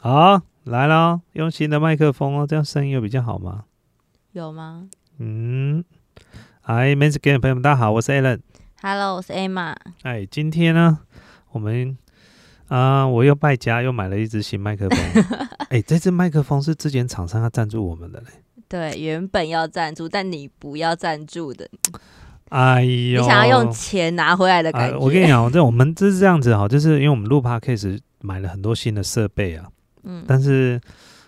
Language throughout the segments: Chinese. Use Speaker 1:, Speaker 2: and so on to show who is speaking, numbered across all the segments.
Speaker 1: 好，来喽，用新的麦克风哦，这样声音有比较好吗？
Speaker 2: 有吗
Speaker 1: 嗯，哎 m a n s g a m 朋友们，大家好，我是 Alan。
Speaker 2: ？Hello，我是 Emma。
Speaker 1: 哎，今天呢，我们啊、我又败家，又买了一支新麦 克风。哎，这支麦克风是之前厂商要赞助我们的嘞。
Speaker 2: 对，原本要赞助，但你不要赞助的，
Speaker 1: 哎呦，
Speaker 2: 你想要用钱拿回来的感
Speaker 1: 哎
Speaker 2: 觉。
Speaker 1: 我跟你讲，这我们这是这样子哈，就是因为我们录 podcast 买了很多新的设备啊，
Speaker 2: 嗯，
Speaker 1: 但是，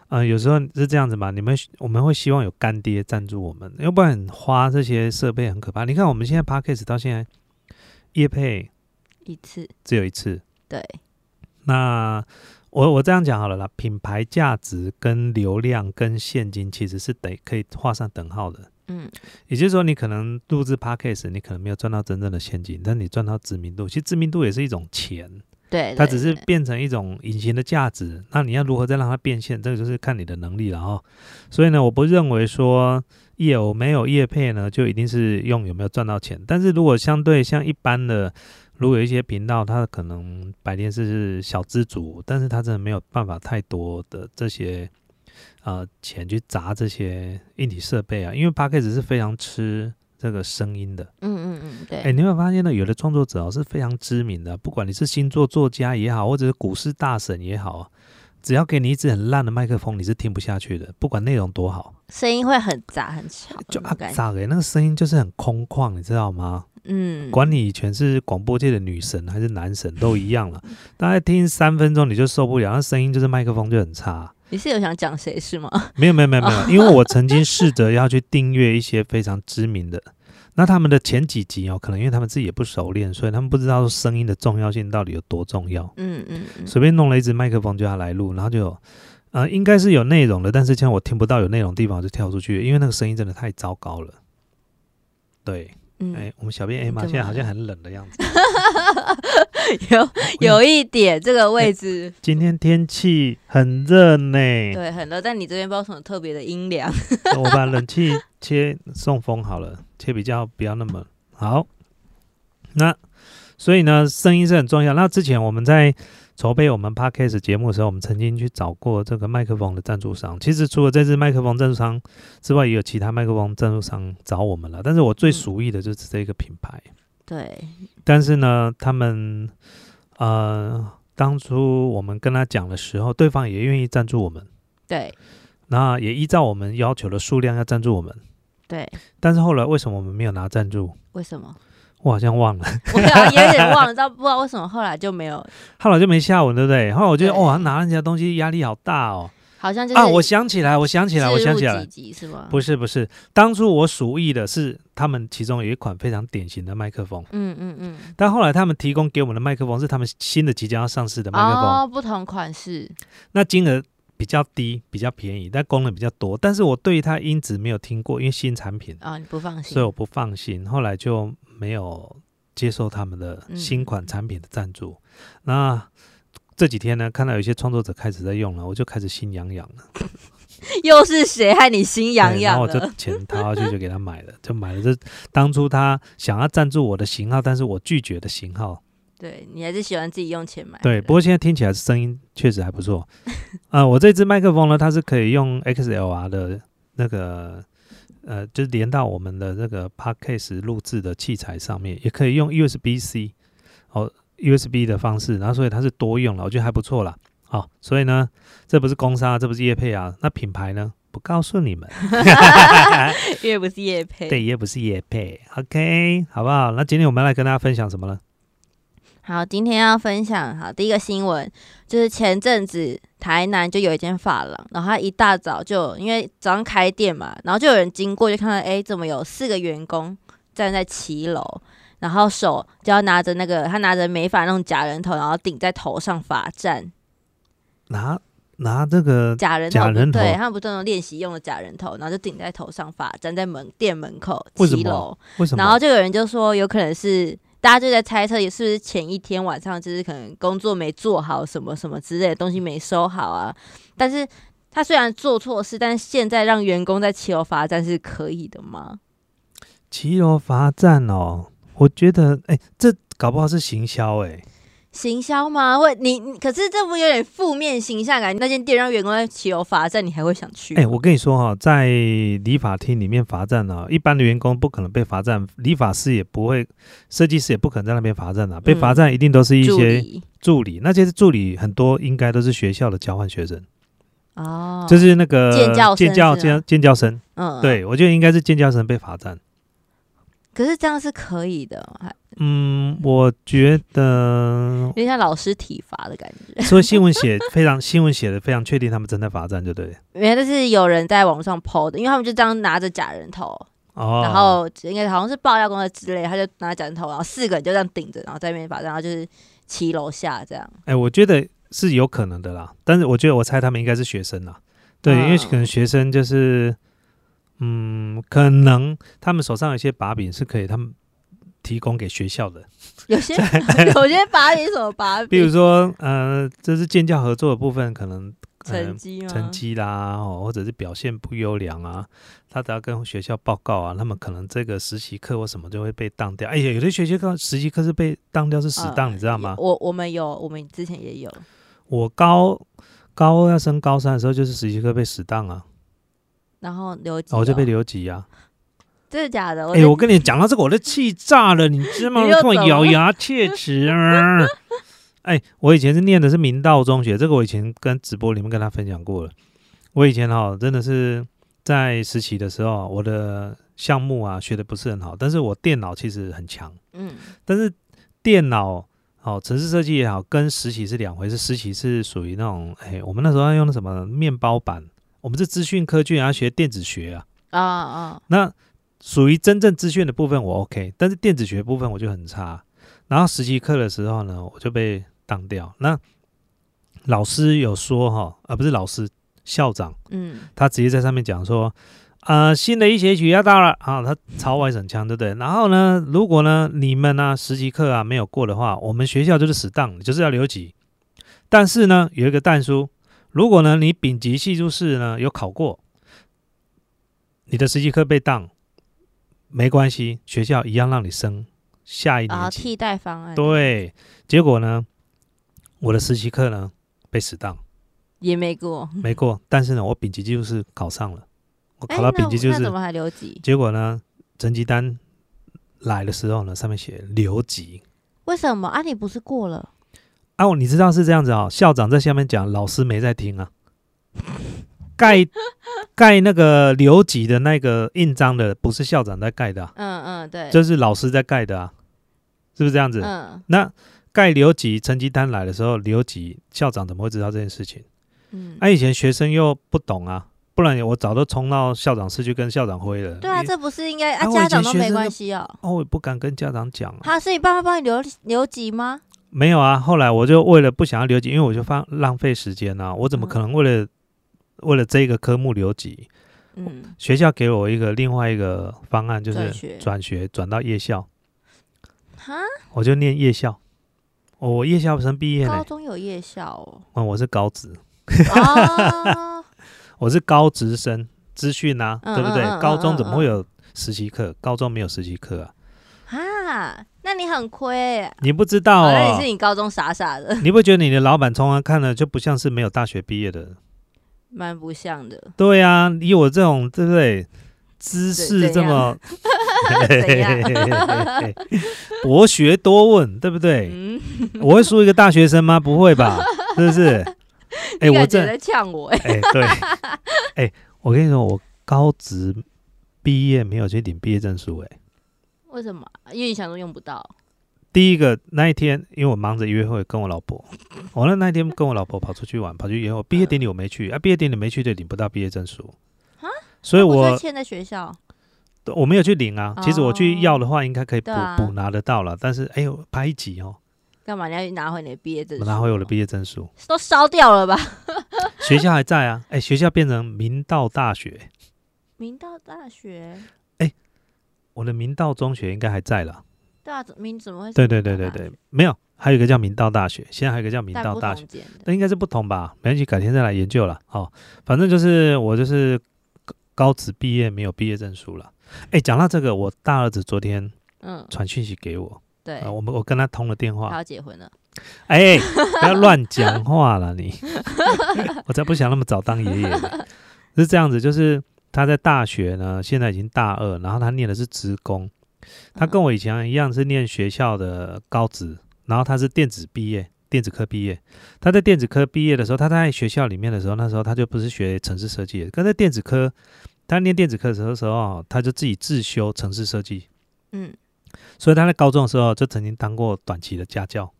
Speaker 1: 呃，有时候是这样子嘛，你们我们会希望有干爹赞助我们，要不然花这些设备很可怕。你看我们现在 p a c k a g e 到现在，业配
Speaker 2: 一次，
Speaker 1: 只有一次。
Speaker 2: 对，
Speaker 1: 那我我这样讲好了啦，品牌价值跟流量跟现金其实是得可以画上等号的。
Speaker 2: 嗯，
Speaker 1: 也就是说，你可能录制 p a c k a g e 你可能没有赚到真正的现金，但你赚到知名度。其实知名度也是一种钱，
Speaker 2: 对，
Speaker 1: 它
Speaker 2: 对
Speaker 1: 只是
Speaker 2: 对
Speaker 1: 变成一种隐形的价值。那你要如何再让它变现，这个就是看你的能力了哈。所以呢，我不认为说业有没有业配呢，就一定是用有没有赚到钱。但是如果相对像一般的，如果有一些频道，它可能白天是小资主，但是它真的没有办法太多的这些呃钱去砸这些硬体设备啊，因为 p a c k a g e 是非常吃这个声音的。
Speaker 2: 嗯嗯嗯，对，
Speaker 1: 哎、你有没有发现呢？有的创作者哦是非常知名的，不管你是星座作家也好，或者是股市大神也好啊，只要给你一支很烂的麦克风，你是听不下去的，不管内容多好，
Speaker 2: 声音会很杂很吵，
Speaker 1: 就
Speaker 2: 那
Speaker 1: 啊
Speaker 2: 种感觉。
Speaker 1: 咋给那个声音就是很空旷，你知道吗？
Speaker 2: 嗯，
Speaker 1: 管你以前是广播界的女神还是男神都一 样了，大概听三分钟你就受不了，那声音就是麦克风就很差。
Speaker 2: 你是有想讲谁 是吗？
Speaker 1: 没有没有没有
Speaker 2: 哦
Speaker 1: 没有，因为我曾经试着要去订阅一些非常知名的，那他们的前几集哦，可能因为他们自己也不熟练，所以他们不知道声音的重要性到底有多重要，
Speaker 2: 嗯嗯嗯，
Speaker 1: 随便弄了一支麦克风就要来录，然后就有，呃，应该是有内容的，但是像我听不到有内容的地方，我就跳出去，因为那个声音真的太糟糕了。对，
Speaker 2: 嗯，
Speaker 1: 哎，我们小编 A
Speaker 2: 怎么
Speaker 1: 嘛，
Speaker 2: 了
Speaker 1: 现在好像很冷的样子。
Speaker 2: 有有一点这个位置，
Speaker 1: 今天天气很热呢，
Speaker 2: 对，很热，但你这边不知道什么特别的阴凉。
Speaker 1: 我把冷气切送风好了，切比较不要那么好。那所以呢，声音是很重要。那之前我们在筹备我们 podcast 节目的时候，我们曾经去找过这个麦克风的赞助商。其实除了这支麦克风赞助商之外，也有其他麦克风赞助商找我们了。但是我最
Speaker 2: 嗯
Speaker 1: 熟悉的就是这个品牌。
Speaker 2: 对，
Speaker 1: 但是呢，他们呃，当初我们跟他讲的时候，对方也愿意赞助我们，
Speaker 2: 对，
Speaker 1: 那也依照我们要求的数量要赞助我们。
Speaker 2: 对，
Speaker 1: 但是后来为什么我们没有拿赞助？
Speaker 2: 为什 么？
Speaker 1: 我好像忘了，
Speaker 2: 我好像有点忘了，知道不知道为什么后来就没有，
Speaker 1: 后来就没下文，对不对？后来我觉得，
Speaker 2: 对
Speaker 1: 哇，拿人家东西压力好大哦。
Speaker 2: 好像就是
Speaker 1: 啊，我想起来，我想起来，我
Speaker 2: 置
Speaker 1: 想
Speaker 2: 入
Speaker 1: 起来
Speaker 2: 几
Speaker 1: 了，
Speaker 2: 集是吗？
Speaker 1: 不是不是，当初我鼠疫的是他们其中有一款非常典型的麦克风，
Speaker 2: 嗯嗯嗯，
Speaker 1: 但后来他们提供给我们的麦克风是他们新的即将要上市的麦克风，
Speaker 2: 哦，不同款式，
Speaker 1: 那金额比较低，比较便宜，但功能比较多。但是我对它音质没有听过，因为新产品，
Speaker 2: 哦，你不放心
Speaker 1: 所以，我不放心，后来就没有接受他们
Speaker 2: 嗯
Speaker 1: 的新款产品的赞助。那这几天呢，看到有一些创作者开始在用了，我就开始心痒痒了，
Speaker 2: 又是谁害你心痒
Speaker 1: 对然
Speaker 2: 痒
Speaker 1: 后我
Speaker 2: 了
Speaker 1: 就？ 钱掏下去就给他买了，就买了这当初他想要赞助我的型号，但是我拒绝的型号。
Speaker 2: 对你还是喜欢自己用钱买，
Speaker 1: 对，不过 现在听起来声音确实还不错。 啊，我这支麦克风呢，它是可以用 XLR 的那个。呃，就是连到我们的这个 podcast 录制的器材上面，也可以用 USB-C 哦 USB 的方式，然后所以它是多用了，我觉得还不错啦。好、所以呢，这不是工商啊，这不是业配啊，那品牌呢不告诉你们，
Speaker 2: 因为不是夜配。
Speaker 1: 对，也不是业配，OK，好不好？那今天我们来跟大家分享什么呢？
Speaker 2: 好，今天要分享好第一个新闻，就是前阵子台南就有一间发廊，然后他一大早就因为早上开店嘛，然后就有人经过就看到，哎，怎么有四个员工站在骑楼，然后手就要拿着那个他拿着美发那种假人头，然后顶在头上罚站，
Speaker 1: 拿拿这个
Speaker 2: 假人头，
Speaker 1: 假人头
Speaker 2: 对他们不是那种练习用的假人头，然后就顶在头上罚站在门店门口
Speaker 1: 为什么
Speaker 2: 骑楼，
Speaker 1: 为什么？
Speaker 2: 然后就有人就说，有可能是大家就在猜测，也是不是前一天晚上就是可能工作没做好，什么什么之类的东西没收好啊。但是他虽然做错事，但是现在让员工在骑楼罚站是可以的吗？
Speaker 1: 骑楼罚站哦，我觉得哎、这搞不好是行销哎、
Speaker 2: 行销吗？或你你可是这不有点负面形象感？那间店让员工在骑楼罚站，你还会想去？
Speaker 1: 哎、我跟你说哈、在理发厅里面罚站呢、一般的员工不可能被罚站，理发师也不会，设计师也不可能在那边罚站啊。被罚
Speaker 2: 嗯
Speaker 1: 站一定都是一
Speaker 2: 助
Speaker 1: 些
Speaker 2: 理
Speaker 1: 助理，那些助理很多应该都是学校的交换学生，
Speaker 2: 哦，
Speaker 1: 就是那个
Speaker 2: 建教生
Speaker 1: 建教
Speaker 2: 是吗
Speaker 1: 建建教生，
Speaker 2: 嗯，
Speaker 1: 对我觉得应该是建教生被罚站。
Speaker 2: 可是这样是可以的，还
Speaker 1: 嗯，我觉得
Speaker 2: 有点像老师体罚的感觉。
Speaker 1: 所以新闻写非常新闻写的非常确定他们正在罚站，就对了。
Speaker 2: 原来是有人在网络上 PO 的，因为他们就这样拿着假人头，
Speaker 1: 哦，
Speaker 2: 然后应该好像是爆料公司之类，他就拿假人头，然后四个人就这样顶着，然后在那边罚站，然后就是骑楼下这样。
Speaker 1: 哎、我觉得是有可能的啦，但是我觉得我猜他们应该是学生啦，对，
Speaker 2: 嗯
Speaker 1: 因为可能学生就是，嗯，可能他们手上有一些把柄是可以他们提供给学校的，
Speaker 2: 有些 有些把柄是什么把柄？
Speaker 1: 比如说，呃，这是建教合作的部分，可能、呃、
Speaker 2: 成绩啊吗？
Speaker 1: 成绩啦，哦，或者是表现不优良啊，他只要跟学校报告啊，他们可能这个实习课或什么就会被当掉。哎呀，有的学习课实习课是被当掉是死当，
Speaker 2: 嗯
Speaker 1: 你知道吗？
Speaker 2: 我我们有，我们之前也有。
Speaker 1: 我高高二要升高三的时候，就是实习课被死当啊，
Speaker 2: 然后留级、哦
Speaker 1: 然后就被，留级啊。
Speaker 2: 真的假的？我
Speaker 1: 哎、我跟你讲到这个，我都气炸了，你知道吗？
Speaker 2: 你又
Speaker 1: 我突然
Speaker 2: 走
Speaker 1: 咬
Speaker 2: 了
Speaker 1: 牙切齿啊！哎、我以前是念的是明道中学，这个我以前跟直播里面跟他分享过了。我以前哈、真的是在实习的时候啊，我的项目啊学的不是很好，但是我电脑其实很强，
Speaker 2: 嗯
Speaker 1: 但是电脑。哦，城市设计也好，跟实习是两回事。实习是属于那种，哎，我们那时候要用的什么面包板，我们是资讯科技，然后学电子学啊。
Speaker 2: 啊啊，
Speaker 1: 那属于真正资讯的部分我 OK，但是电子学部分我就很差。然后实习课的时候呢，我就被当掉。那老师有说哈，啊不是老师，校长
Speaker 2: 嗯
Speaker 1: 他直接在上面讲说，啊新的一学期要到了啊，他朝外省腔，对不对？然后呢，如果呢你们呢、实习课啊没有过的话，我们学校就是死当，就是要留级。但是呢，有一个但书，如果呢你丙级系数试呢有考过，你的实习课被当，没关系，学校一样让你升下一
Speaker 2: 啊，
Speaker 1: 年级。
Speaker 2: 替代方案，，
Speaker 1: 对，结果呢，我的实习课呢被死当。
Speaker 2: 也没过。
Speaker 1: 没过，但是呢，我丙级技术是考上了，我
Speaker 2: 哎
Speaker 1: 考到丙级技
Speaker 2: 那
Speaker 1: 术
Speaker 2: 那
Speaker 1: 是
Speaker 2: 怎，么还留级？
Speaker 1: 结果呢，成绩单来的时候呢，上面写留级。
Speaker 2: 为什么啊？你不是过了？
Speaker 1: 啊，我你知道是这样子哦，校长在下面讲，老师没在听啊。 盖盖那个留级的那个印章的，不是校长在盖的、啊，
Speaker 2: 嗯嗯，对，
Speaker 1: 这是老师在盖的啊，是不是这样子？
Speaker 2: 嗯
Speaker 1: 那盖留级成绩单来的时候，留级校长怎么会知道这件事情？
Speaker 2: 嗯，
Speaker 1: 啊那、以前学生又不懂啊，不然我早都冲到校长室去跟校长挥了。
Speaker 2: 对啊，
Speaker 1: 你
Speaker 2: 这不是应该
Speaker 1: 啊
Speaker 2: 啊？
Speaker 1: 我以
Speaker 2: 家
Speaker 1: 前
Speaker 2: 长都
Speaker 1: 学
Speaker 2: 没
Speaker 1: 生
Speaker 2: 关
Speaker 1: 就
Speaker 2: 系哦。
Speaker 1: 哦，我也不敢跟家长讲、啊。
Speaker 2: 他所以爸妈帮你留留级吗？
Speaker 1: 没有啊，后来我就为了不想要留级，因为我就放浪费时间啊，我怎么可能为了、为了这个科目留级？
Speaker 2: 嗯，
Speaker 1: 学校给我一个另外一个方案，就是
Speaker 2: 转学
Speaker 1: 转学转到夜校，
Speaker 2: 哈，
Speaker 1: 我就念夜校。哦，我夜校生毕业
Speaker 2: 高
Speaker 1: 呢，
Speaker 2: 中有夜校 哦。
Speaker 1: 嗯，我是高职，
Speaker 2: 哦，
Speaker 1: 我是高职生，资讯啊，
Speaker 2: 嗯
Speaker 1: 对不对？
Speaker 2: 嗯嗯嗯
Speaker 1: 高中怎么会有实习课？高中没有实习课啊，
Speaker 2: 哈，那你很亏欸。
Speaker 1: 你不知道
Speaker 2: 好
Speaker 1: 啊、
Speaker 2: 像也是你高中傻傻的，
Speaker 1: 你不觉得你的老板从来看了就不像是没有大学毕业的人？
Speaker 2: 蛮不像的。
Speaker 1: 对呀、以我这种对不对？知识
Speaker 2: 怎
Speaker 1: 这么
Speaker 2: 怎样
Speaker 1: 博学多问，对不对？
Speaker 2: 嗯，
Speaker 1: 我会输一个大学生吗？不会 吧，是不是？哎、
Speaker 2: 你
Speaker 1: 我
Speaker 2: 感觉
Speaker 1: 这
Speaker 2: 在呛我哎。
Speaker 1: 哎、 对，哎、我跟你说，我高职毕业没有去领毕业证书、哎，
Speaker 2: 为什么？因为你想说用不到。
Speaker 1: 第一个那一天，因为我忙着约会，跟我老婆，我那那一天跟我老婆跑出去玩，跑去约会。毕业典礼我没去啊，毕业典礼没去就领不到毕业证书
Speaker 2: 啊，
Speaker 1: 所以
Speaker 2: 我
Speaker 1: 我
Speaker 2: 就欠在学校。
Speaker 1: 我没有去领啊。其实我去要的话，应该可以补
Speaker 2: 哦对啊
Speaker 1: 补拿得到了，但是哎呦，拍一集哦，
Speaker 2: 干嘛？你要拿回你的毕业证
Speaker 1: 我
Speaker 2: 书？
Speaker 1: 拿回我的毕业证书，
Speaker 2: 都烧掉了吧？
Speaker 1: 学校还在 啊，哎，学校变成明道大学，
Speaker 2: 明道大学，
Speaker 1: 我的明道中学应该还在了。
Speaker 2: 对啊，怎明怎么会是
Speaker 1: 对对对
Speaker 2: 明
Speaker 1: 对
Speaker 2: 道大
Speaker 1: 对
Speaker 2: 学，，
Speaker 1: 没有，还有一个叫明道大学，现在还有一个叫明
Speaker 2: 但
Speaker 1: 道
Speaker 2: 不
Speaker 1: 大学
Speaker 2: 同。间的
Speaker 1: 那应该是不同吧？没关系，改天再来研究了。好、反正就是我就是高高职毕业没有毕业证书了。哎，讲到这个，我大儿子昨天
Speaker 2: 嗯，
Speaker 1: 传讯息给我，
Speaker 2: 对
Speaker 1: 啊，，我们我跟他通了电
Speaker 2: 他
Speaker 1: 话，
Speaker 2: 要结婚了，
Speaker 1: 哎、不要乱讲话了，你，我才不想那么早当爷爷呢。是这样子，就是他在大学呢，现在已经大二，然后他念的是职工，他跟我以前一样是念学校的高职，然后他是电子毕业，电子科毕业。他在电子科毕业的时候，他在学校里面的时候，那时候他就不是学城市设计的，可在电子科，他念电子科的时候时候，他就自己自修城市设计。
Speaker 2: 嗯，
Speaker 1: 所以他在高中的时候就曾经当过短期的家教，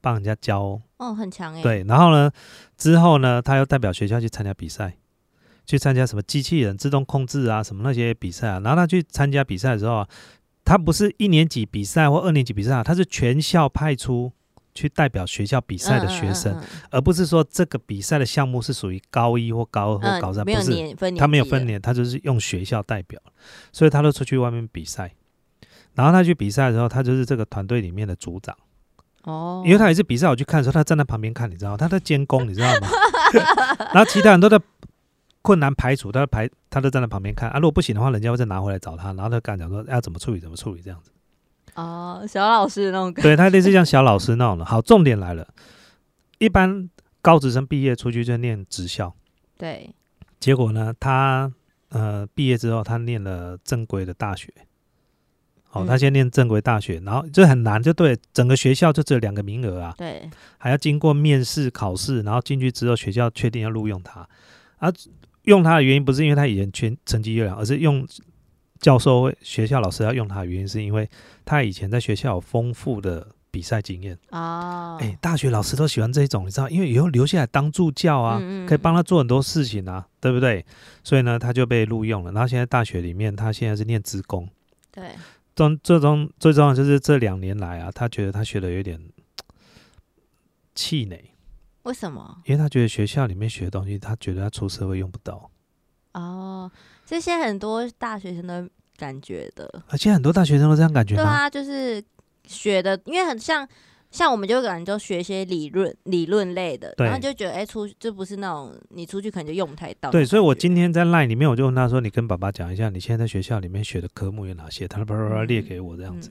Speaker 1: 帮人家教。
Speaker 2: 哦，很强哎、
Speaker 1: 对，然后呢，之后呢，他又代表学校去参加比赛，去参加什么机器人自动控制啊，什么那些比赛啊。然后他去参加比赛的时候啊，他不是一年级比赛或二年级比赛、啊，他是全校派出去代表学校比
Speaker 2: 嗯，
Speaker 1: 赛的学生，
Speaker 2: 嗯，嗯
Speaker 1: 而不是说这个比赛的项目是属于高一或高二
Speaker 2: 嗯
Speaker 1: 或高三，
Speaker 2: 没有
Speaker 1: 不是。
Speaker 2: 年分年纪的，
Speaker 1: 他没有分年，他就是用学校代表，所以他都出去外面比赛。然后他去比赛的时候，他就是这个团队里面的组长，
Speaker 2: 哦，
Speaker 1: 因为他也是比赛，我去看的时候，他站在旁边看，你知道吗，他在监工，你知道吗？ 然后其他人都在困难排除，他在排，他都站在旁边看啊。如果不行的话，人家会再拿回来找他，然后他跟他讲说要怎么处理，怎么处理这样子。
Speaker 2: 哦，小老师的那种感
Speaker 1: 对他类似像小老师那种的。好，重点来了，一般高职生毕业出去就念职校，
Speaker 2: 对，
Speaker 1: 结果呢，他呃毕业之后，他念了正规的大学。哦，
Speaker 2: 嗯
Speaker 1: 他先念正规大学，然后这很难，就对，整个学校就只有两个名额啊，
Speaker 2: 对，
Speaker 1: 还要经过面试考试，然后进去之后，学校确定要录用他。啊，用他的原因不是因为他以前全成绩优良，而是用教授会学校老师要用他的原因，是因为他以前在学校有丰富的比赛经验。
Speaker 2: 哦，
Speaker 1: 哎、大学老师都喜欢这种，你知道，因为以后留下来当助教啊，
Speaker 2: 嗯
Speaker 1: 可以帮
Speaker 2: 嗯
Speaker 1: 他做很多事情啊，对不对？所以呢，他就被录用了。然后现在大学里面，他现在是念职工。
Speaker 2: 对，
Speaker 1: 中最终最重要的就是这两年来啊，他觉得他学的有点气馁，
Speaker 2: 为什么？
Speaker 1: 因为他觉得学校里面学的东西，他觉得他出社会用不到。
Speaker 2: 哦，这些很多大学生都感觉的，
Speaker 1: 而且很多大学生都这样感觉
Speaker 2: 对
Speaker 1: 吗？
Speaker 2: 啊，就是学的，因为很像像我们就感觉就学一些理论理论类的，然后
Speaker 1: 对
Speaker 2: 就觉得哎、出就不是那种你出去可能就用不太到那种感觉。
Speaker 1: 对，所以我今天在 line 里面，我就问他说：“你跟爸爸讲一下，你现在在学校里面学的科目有哪些？”他叭叭叭列给我这
Speaker 2: 这
Speaker 1: 样子。，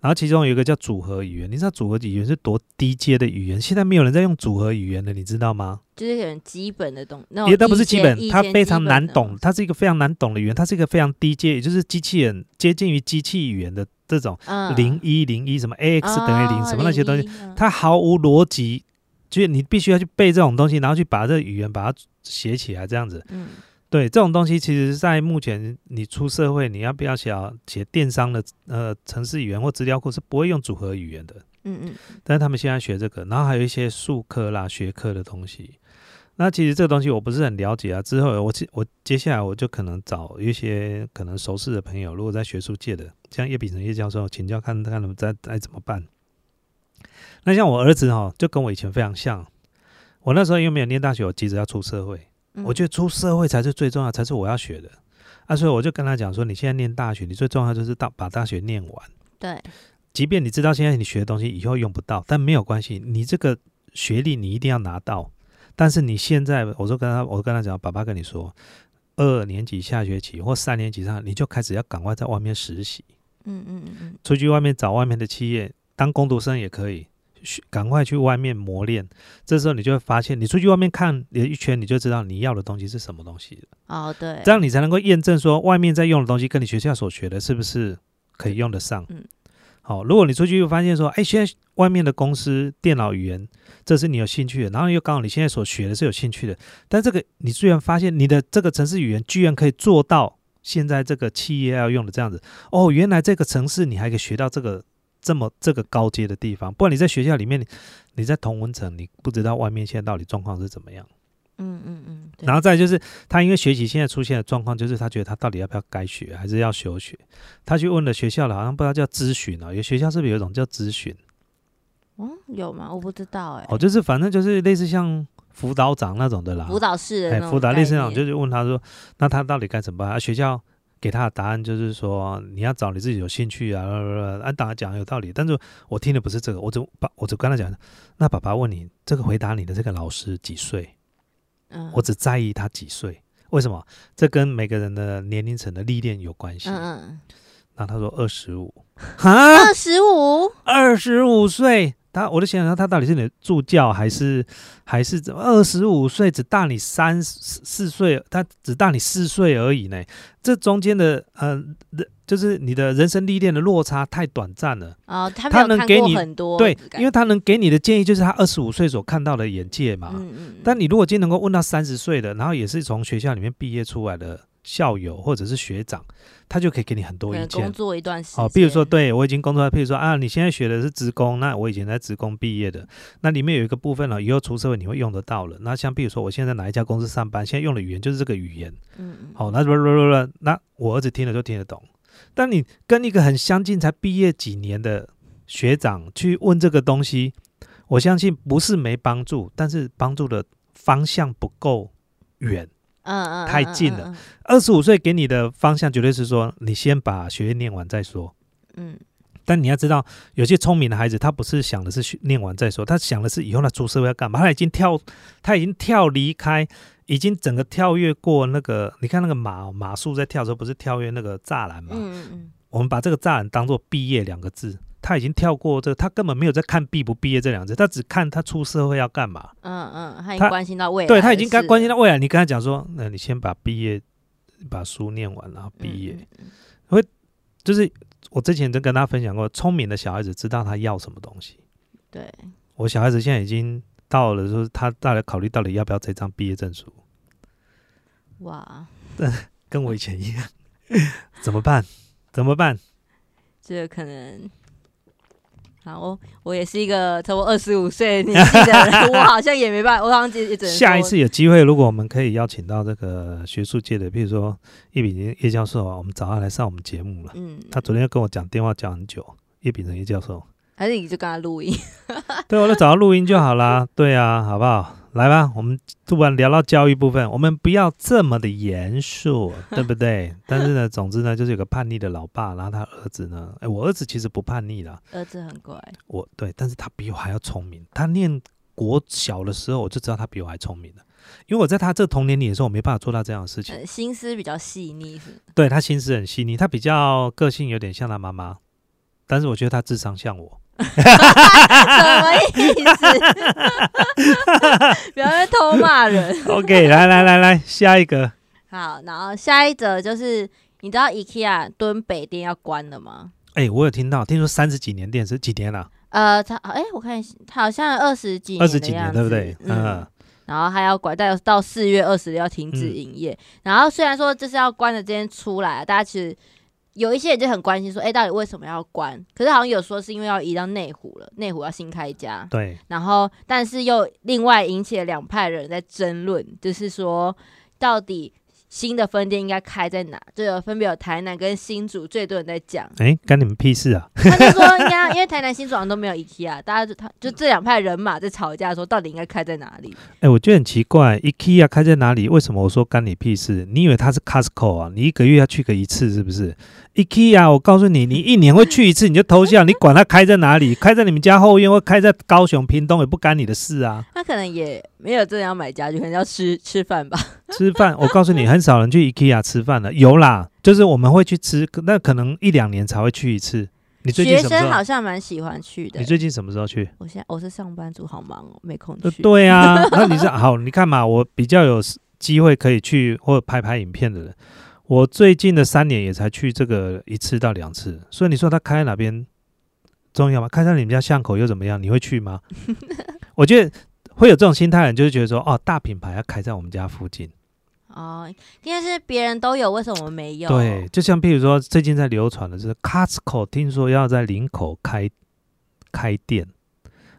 Speaker 1: 然后其中有一个叫组合语言，你知道组合语言是多低阶的语言？现在没有人在用组合语言了，你知道吗？
Speaker 2: 就是可能基本的东，那种
Speaker 1: 也它不是
Speaker 2: 意见
Speaker 1: 基本
Speaker 2: 意，
Speaker 1: 它
Speaker 2: 见
Speaker 1: 非
Speaker 2: 基
Speaker 1: 常
Speaker 2: 本
Speaker 1: 难
Speaker 2: 的
Speaker 1: 懂，它是一个非常难懂的语言，它是一个非常低阶，也就是机器人接近于机器语言的这种
Speaker 2: 嗯
Speaker 1: 零一零一什么 a x 等于零什么那些东西，，
Speaker 2: 哦
Speaker 1: 它毫无逻辑，就是你必须要去背这种东西，然后去把这个语言把它写起来这样子。
Speaker 2: 嗯
Speaker 1: 对，这种东西其实在目前你出社会，你要不要写写电商的呃城市语言或资料库是不会用组合语言的。
Speaker 2: 嗯嗯，
Speaker 1: 但是他们现在学这个，然后还有一些术科啦、学科的东西。那其实这个东西我不是很了解啊。之后我接我接下来我就可能找一些可能熟识的朋友，如果在学术界的，像叶秉成叶教授请教看看他们在在怎么办。那像我儿子哈、就跟我以前非常像。我那时候因为没有念大学，我急着要出社会，
Speaker 2: 嗯
Speaker 1: 我觉得出社会才是最重要，才是我要学的。啊，所以我就跟他讲说，你现在念大学，你最重要就是大把大学念完。
Speaker 2: 对，
Speaker 1: 即便你知道现在你学的东西以后用不到，但没有关系，你这个学历你一定要拿到。但是你现在，我就跟他，我跟他讲，爸爸跟你说，二年级下学期或三年级上，你就开始要赶快在外面实习，
Speaker 2: 嗯嗯嗯嗯，
Speaker 1: 出去外面找外面的企业当工读生也可以，去赶快去外面磨练。这时候你就会发现，你出去外面看一圈，你就知道你要的东西是什么东西了。
Speaker 2: 哦对，
Speaker 1: 这样你才能够验证说外面在用的东西跟你学校所学的是不是可以用得上。
Speaker 2: 嗯，
Speaker 1: 好，如果你出去又发现说，哎，现在外面的公司电脑语言，这是你有兴趣的，然后又刚好你现在所学的是有兴趣的，但这个你居然发现你的这个城市语言居然可以做到现在这个企业要用的这样子，哦，原来这个城市你还可以学到这个。这么这个高阶的地方，不然你在学校里面，你你在同文层，你不知道外面现在到底状况是怎么样。
Speaker 2: 嗯嗯嗯，对
Speaker 1: 然后再就是他因为学习现在出现的状况，就是他觉得他到底要不要改学，还是要休学？他去问了学校了，好像不知道叫咨询啊，有学校是不是有一种叫咨询？
Speaker 2: 嗯有吗？我不知道哎，
Speaker 1: 哦，就是反正就是类似像辅导长那种的啦，
Speaker 2: 辅导室的
Speaker 1: 哎
Speaker 2: 那，种
Speaker 1: 辅导类似那种，
Speaker 2: 概
Speaker 1: 就
Speaker 2: 念
Speaker 1: 是问他说，那他到底该怎么办？啊、学校给他的答案就是说，你要找你自己有兴趣啊，按、啊、当然讲有道理，但是我听的不是这个，我只把我只跟他讲，那爸爸问你这个回答你的这个老师几岁？
Speaker 2: 嗯
Speaker 1: 我只在意他几岁。为什么？这跟每个人的年龄层的历练有关系。
Speaker 2: 嗯嗯
Speaker 1: 然后他说二十五，哈，
Speaker 2: 二十五，
Speaker 1: 二十五岁，他我就想想他到底是你的助教还是还是怎么？二十五岁只大你三四四岁，他只大你四岁而已呢。这中间的呃，人就是你的人生历练的落差太短暂了。
Speaker 2: 哦，他
Speaker 1: 他
Speaker 2: 没有
Speaker 1: 能
Speaker 2: 看
Speaker 1: 给
Speaker 2: 过
Speaker 1: 你
Speaker 2: 很多的
Speaker 1: 对
Speaker 2: 感觉，，
Speaker 1: 因为他能给你的建议就是他二十五岁所看到的眼界嘛。
Speaker 2: 嗯嗯，
Speaker 1: 啊但你如果今天能够问到三十岁的，然后也是从学校里面毕业出来的校友或者是学长，他就可以给你很多
Speaker 2: 可
Speaker 1: 意
Speaker 2: 能
Speaker 1: 见
Speaker 2: 工。作一段时间，
Speaker 1: 哦，比如说，对我已经工作了，譬如说啊，你现在学的是职工，那我以前在职工毕业的，那里面有一个部分哦呢，以后出社会你会用得到了。那像比如说我现在哪一家公司上班，现在用的语言就是这个语言，
Speaker 2: 嗯嗯，
Speaker 1: 好、那那我儿子听了就听得懂。但你跟一个很相近才毕业几年的学长去问这个东西，我相信不是没帮助，但是帮助的方向不够远。
Speaker 2: 嗯嗯，
Speaker 1: 太
Speaker 2: 嗯
Speaker 1: 近，了二十五岁给你的方向绝对是说，你先把学业念完再说。
Speaker 2: 嗯嗯
Speaker 1: 但你要知道，有些聪明的孩子，他不是想的是学念完再说，他想的是以后他出社会要干嘛。他已经跳，他已经跳离开，已经整个跳跃过那个。你看那个马马术在跳的时候，不是跳跃那个栅栏吗？
Speaker 2: 嗯嗯嗯，
Speaker 1: 我们把这个栅栏当做毕业两个字，他已经跳过这个他根本没有在看毕不毕业这两个字，他只看他出社会要干嘛。
Speaker 2: 嗯嗯，他已经
Speaker 1: 他
Speaker 2: 关心到未来，
Speaker 1: 对他已经该关心到，未来。你跟他讲说，那、你先把毕业，把书念完，然后毕业。
Speaker 2: 嗯嗯
Speaker 1: 就是我之前就跟他分享过，聪明的小孩子知道他要什么东西。
Speaker 2: 对，
Speaker 1: 我小孩子现在已经到了，说他大概考虑到底要不要这张毕业证书，
Speaker 2: 哇，
Speaker 1: 跟我以前一样， 怎么办？怎么办？
Speaker 2: 这可能。好，我我也是一个差不多二十五岁的年纪的 人，我好像也没办法，我好像也也只能
Speaker 1: 下一
Speaker 2: 说
Speaker 1: 次有机会，如果我们可以邀请到这个学术界的，比如说叶秉成叶教授啊，我们找他来上我们节目了。
Speaker 2: 嗯，
Speaker 1: 他昨天又跟我讲电话讲很久，叶秉成叶教授，
Speaker 2: 还是你就跟他录音，
Speaker 1: 对，我就找他录音就好啦。对啊，好不好？来吧，我们突然聊到教育部分，我们不要这么的严肃，对不对？但是呢，总之呢，就是有个叛逆的老爸，然后他儿子呢，哎，我儿子其实不叛逆啦，
Speaker 2: 儿子呃很乖，
Speaker 1: 我对，但是他比我还要聪明。他念国小的时候，我就知道他比我还聪明了，因为我在他这同年龄的时候，我没办法做到这样的事情。
Speaker 2: 呃，心思比较细腻，是
Speaker 1: 对他心思很细腻，他比较个性有点像他妈妈，但是我觉得他智商像我。
Speaker 2: 什么意思？ 不要在偷骂人。
Speaker 1: OK，来来来来，下一个
Speaker 2: 好，然后下一则就是，你知道 IKEA 敦北店要关了吗？
Speaker 1: 哎、我有听到，听说三十几年店是几年了、啊
Speaker 2: 呃，他哎、我看一下，他好像二十几
Speaker 1: 二十
Speaker 2: 的
Speaker 1: 几年，
Speaker 2: 样
Speaker 1: 对不
Speaker 2: 子
Speaker 1: 对？
Speaker 2: 嗯。
Speaker 1: 嗯，
Speaker 2: 然后还要关，到到四月二十要停止营业。然后虽然说这是要关的，今天出来，大家其实有一些人就很关心说，哎、到底为什么要关？可是好像有说是因为要移到内湖了，内湖要新开一家。
Speaker 1: 对，，
Speaker 2: 然后但是又另外引起了两派人在争论，就是说到底新的分店应该开在哪？就有分别有台南跟新竹最多人在讲
Speaker 1: 哎、干你们屁事啊！
Speaker 2: 他就说应该因为台南新竹好像都没有 IKEA，大家就他就这两派人马在吵架，说到底应该开在哪里？
Speaker 1: 哎、我觉得很奇怪，IKEA 开在哪里？为什么我说干你屁事？你以为它是 Costco 啊？你一个月要去个一次是不是？IKEA，我告诉你，你一年会去一次，你就偷笑，你管它开在哪里？开在你们家后院，或开在高雄、屏东，也不干你的事啊。
Speaker 2: 他可能也没有真的要买家具，可能要吃吃饭吧。
Speaker 1: 吃饭，我告诉你，很少人去 IKEA 吃饭了。有啦，就是我们会去吃，那可能一两年才会去一次。你最近
Speaker 2: 学
Speaker 1: 什么时
Speaker 2: 生好
Speaker 1: 候？
Speaker 2: 像蛮喜欢去的
Speaker 1: 你。最近什么时候去？
Speaker 2: 我现在我是上班族，好忙哦，没空
Speaker 1: 呃
Speaker 2: 去。
Speaker 1: 对啊，那你是好，你看嘛，我比较有 s- 机会可以去或者拍拍影片的人，我最近的三年也才去这个一次到两次，所以你说他开在哪边重要吗？开在你们家巷口又怎么样？你会去吗？我觉得会有这种心态的人，就是觉得说，哦，大品牌要开在我们家附近。
Speaker 2: 哦，应该是别人都有，为什么我们没有？
Speaker 1: 对，，就像譬如说，最近在流传的就是 Costco，听说要在林口开开店，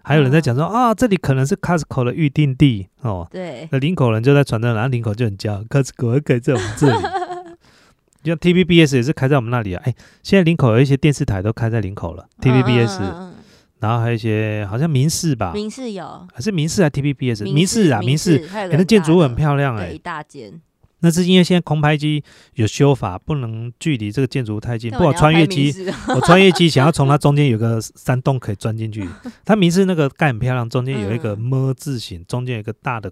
Speaker 1: 还有人在讲说，啊、这里可能是 Costco 的预定地哦。
Speaker 2: 对，
Speaker 1: 那林口人就在传真，然后林口就很骄傲，可是果然可以在我 们这里。就像 TVBS 也是开在我们那里啊，哎，现在林口有一些电视台都开在林口了，TVBS，、
Speaker 2: 嗯嗯嗯嗯
Speaker 1: 然后还有一些好像啊民视吧，
Speaker 2: 明示有，
Speaker 1: 还是民视还啊是 TVBS，民视啊，民视，，
Speaker 2: 还有
Speaker 1: 哎
Speaker 2: 个
Speaker 1: 那建筑物很
Speaker 2: 亮，
Speaker 1: 漂亮哎、
Speaker 2: 对，一大间，
Speaker 1: 那是因为现在空拍机有修法，不能距离这个建筑物太近，
Speaker 2: 那
Speaker 1: 不
Speaker 2: 我
Speaker 1: 好
Speaker 2: 要
Speaker 1: 穿越
Speaker 2: 拍明
Speaker 1: 机，
Speaker 2: 示
Speaker 1: 我穿越机想要从它中间有个山洞可以钻进去，它明示那个盖很漂亮，中间有一个
Speaker 2: 嗯
Speaker 1: 么字形，中间有一个大的，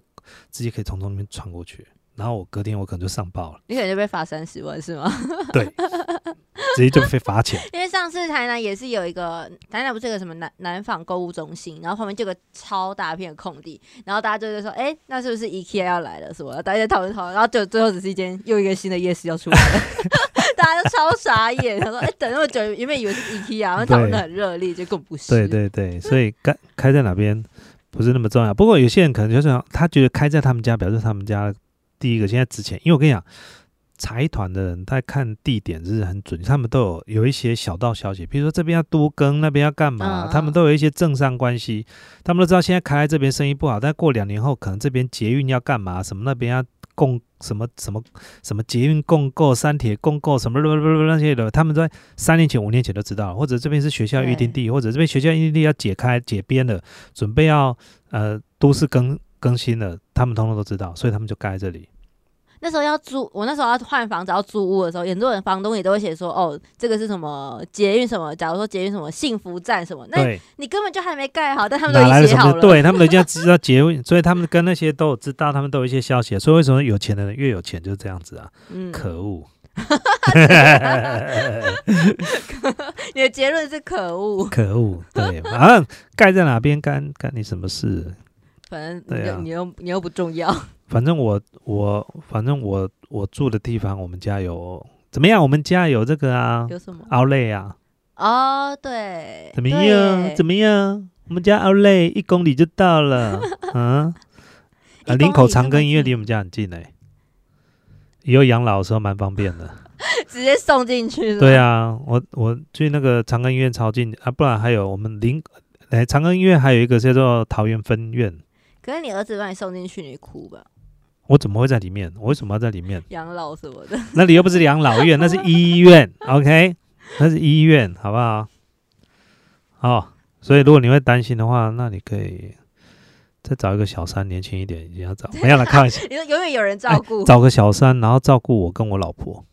Speaker 1: 直接可以从中间穿过去。然后我隔天我可能就上报了，
Speaker 2: 你可能就被罚三十万是吗？
Speaker 1: 直接就被罚钱。
Speaker 2: 因为上次台南也是有一个，台南不是有个什么南南纺购物中心，然后旁边就有个超大片的空地，然后大家就在说，哎、那是不是 IKEA 要来了什么？大家在讨论讨论，然后就最后只是一间又一个新的夜市要出来了， 大家都超傻眼，他说，哎、等那么久，原本以为是 IKEA，然后讨论的很热烈，结果不是。
Speaker 1: 对对对，所以该开在哪边不是那么重要。不过有些人可能就是他觉得开在他们家，表示他们家第一个现在值钱。因为我跟你讲，财团的人在看地点是很准，他们都有有一些小道消息，比如说这边要多耕，那边要干嘛，
Speaker 2: 嗯嗯
Speaker 1: 他们都有一些政商关系，他们都知道现在开在这边生意不好，但过两年后可能这边捷运要干嘛，什么那边要共什么什么什么捷运共购、三铁共购什么什么什么那些的，他们在三年前、五年前都知道了，或者这边是学校预定地，或者这边学校预定地要解开解编了，准备要呃都市更更新了，他们通通都知道，所以他们就盖在这里。
Speaker 2: 那时候要租，我那时候要换房子要租屋的时候，很多人房东也都会写说，哦，这个是什么捷运什么，假如说捷运什么幸福站什么，那
Speaker 1: 对，
Speaker 2: 你根本就还没盖好，但他们
Speaker 1: 哪来
Speaker 2: 都已
Speaker 1: 的
Speaker 2: 经写
Speaker 1: 什
Speaker 2: 好
Speaker 1: 么
Speaker 2: 了。？
Speaker 1: 对他们都已经要知道结婚，所以他们跟那些都有知道，他们都有一些消息。所以为什么有钱的人越有钱就是这样子啊？
Speaker 2: 嗯，
Speaker 1: 可 恶！
Speaker 2: 你的结论是可恶，
Speaker 1: 可恶！对，马上盖在哪边干干你什么事？
Speaker 2: 反正你
Speaker 1: 对
Speaker 2: 又、
Speaker 1: 啊
Speaker 2: 你又你又不重要。
Speaker 1: 反正我我反正我我住的地方，我们家有怎么样？我们家有这个啊，
Speaker 2: 有什么？
Speaker 1: 奥莱啊，
Speaker 2: 哦，对，
Speaker 1: 怎么样？怎
Speaker 2: 么
Speaker 1: 么样？我们家奥莱一公里就到了，嗯，
Speaker 2: 一公
Speaker 1: 啊，
Speaker 2: 里
Speaker 1: 林口
Speaker 2: 这
Speaker 1: 长
Speaker 2: 么
Speaker 1: 庚医院
Speaker 2: 近
Speaker 1: 离我们家很近哎、以后养老的时候蛮方便的。
Speaker 2: 直接送进去？
Speaker 1: 对，啊，我我去那个长庚医院超近啊，不然还有我们林，哎，长庚医院还有一个叫做桃园分院，
Speaker 2: 可是你儿子把你送进去，你哭吧，
Speaker 1: 我怎么会在里面？我为什么要在里面？
Speaker 2: 养老什么的。
Speaker 1: 那里又不是养老院，那是医 院，OK，那是医院，好不好？哦，所以如果你会担心的话，那你可以再找一个小三，年轻一点，也要 找，没有了，开玩笑，
Speaker 2: 你说永远有人照顾，
Speaker 1: 找个小三，然后照顾我跟我老婆。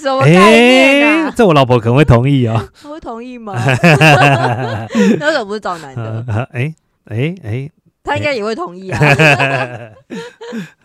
Speaker 2: 什么
Speaker 1: 哎
Speaker 2: 概念 啊？
Speaker 1: 这我老婆可能会同意哦。
Speaker 2: 他会同意吗？那为什么不是找男的？
Speaker 1: 哎哎哎，
Speaker 2: 他应该也会同意啊。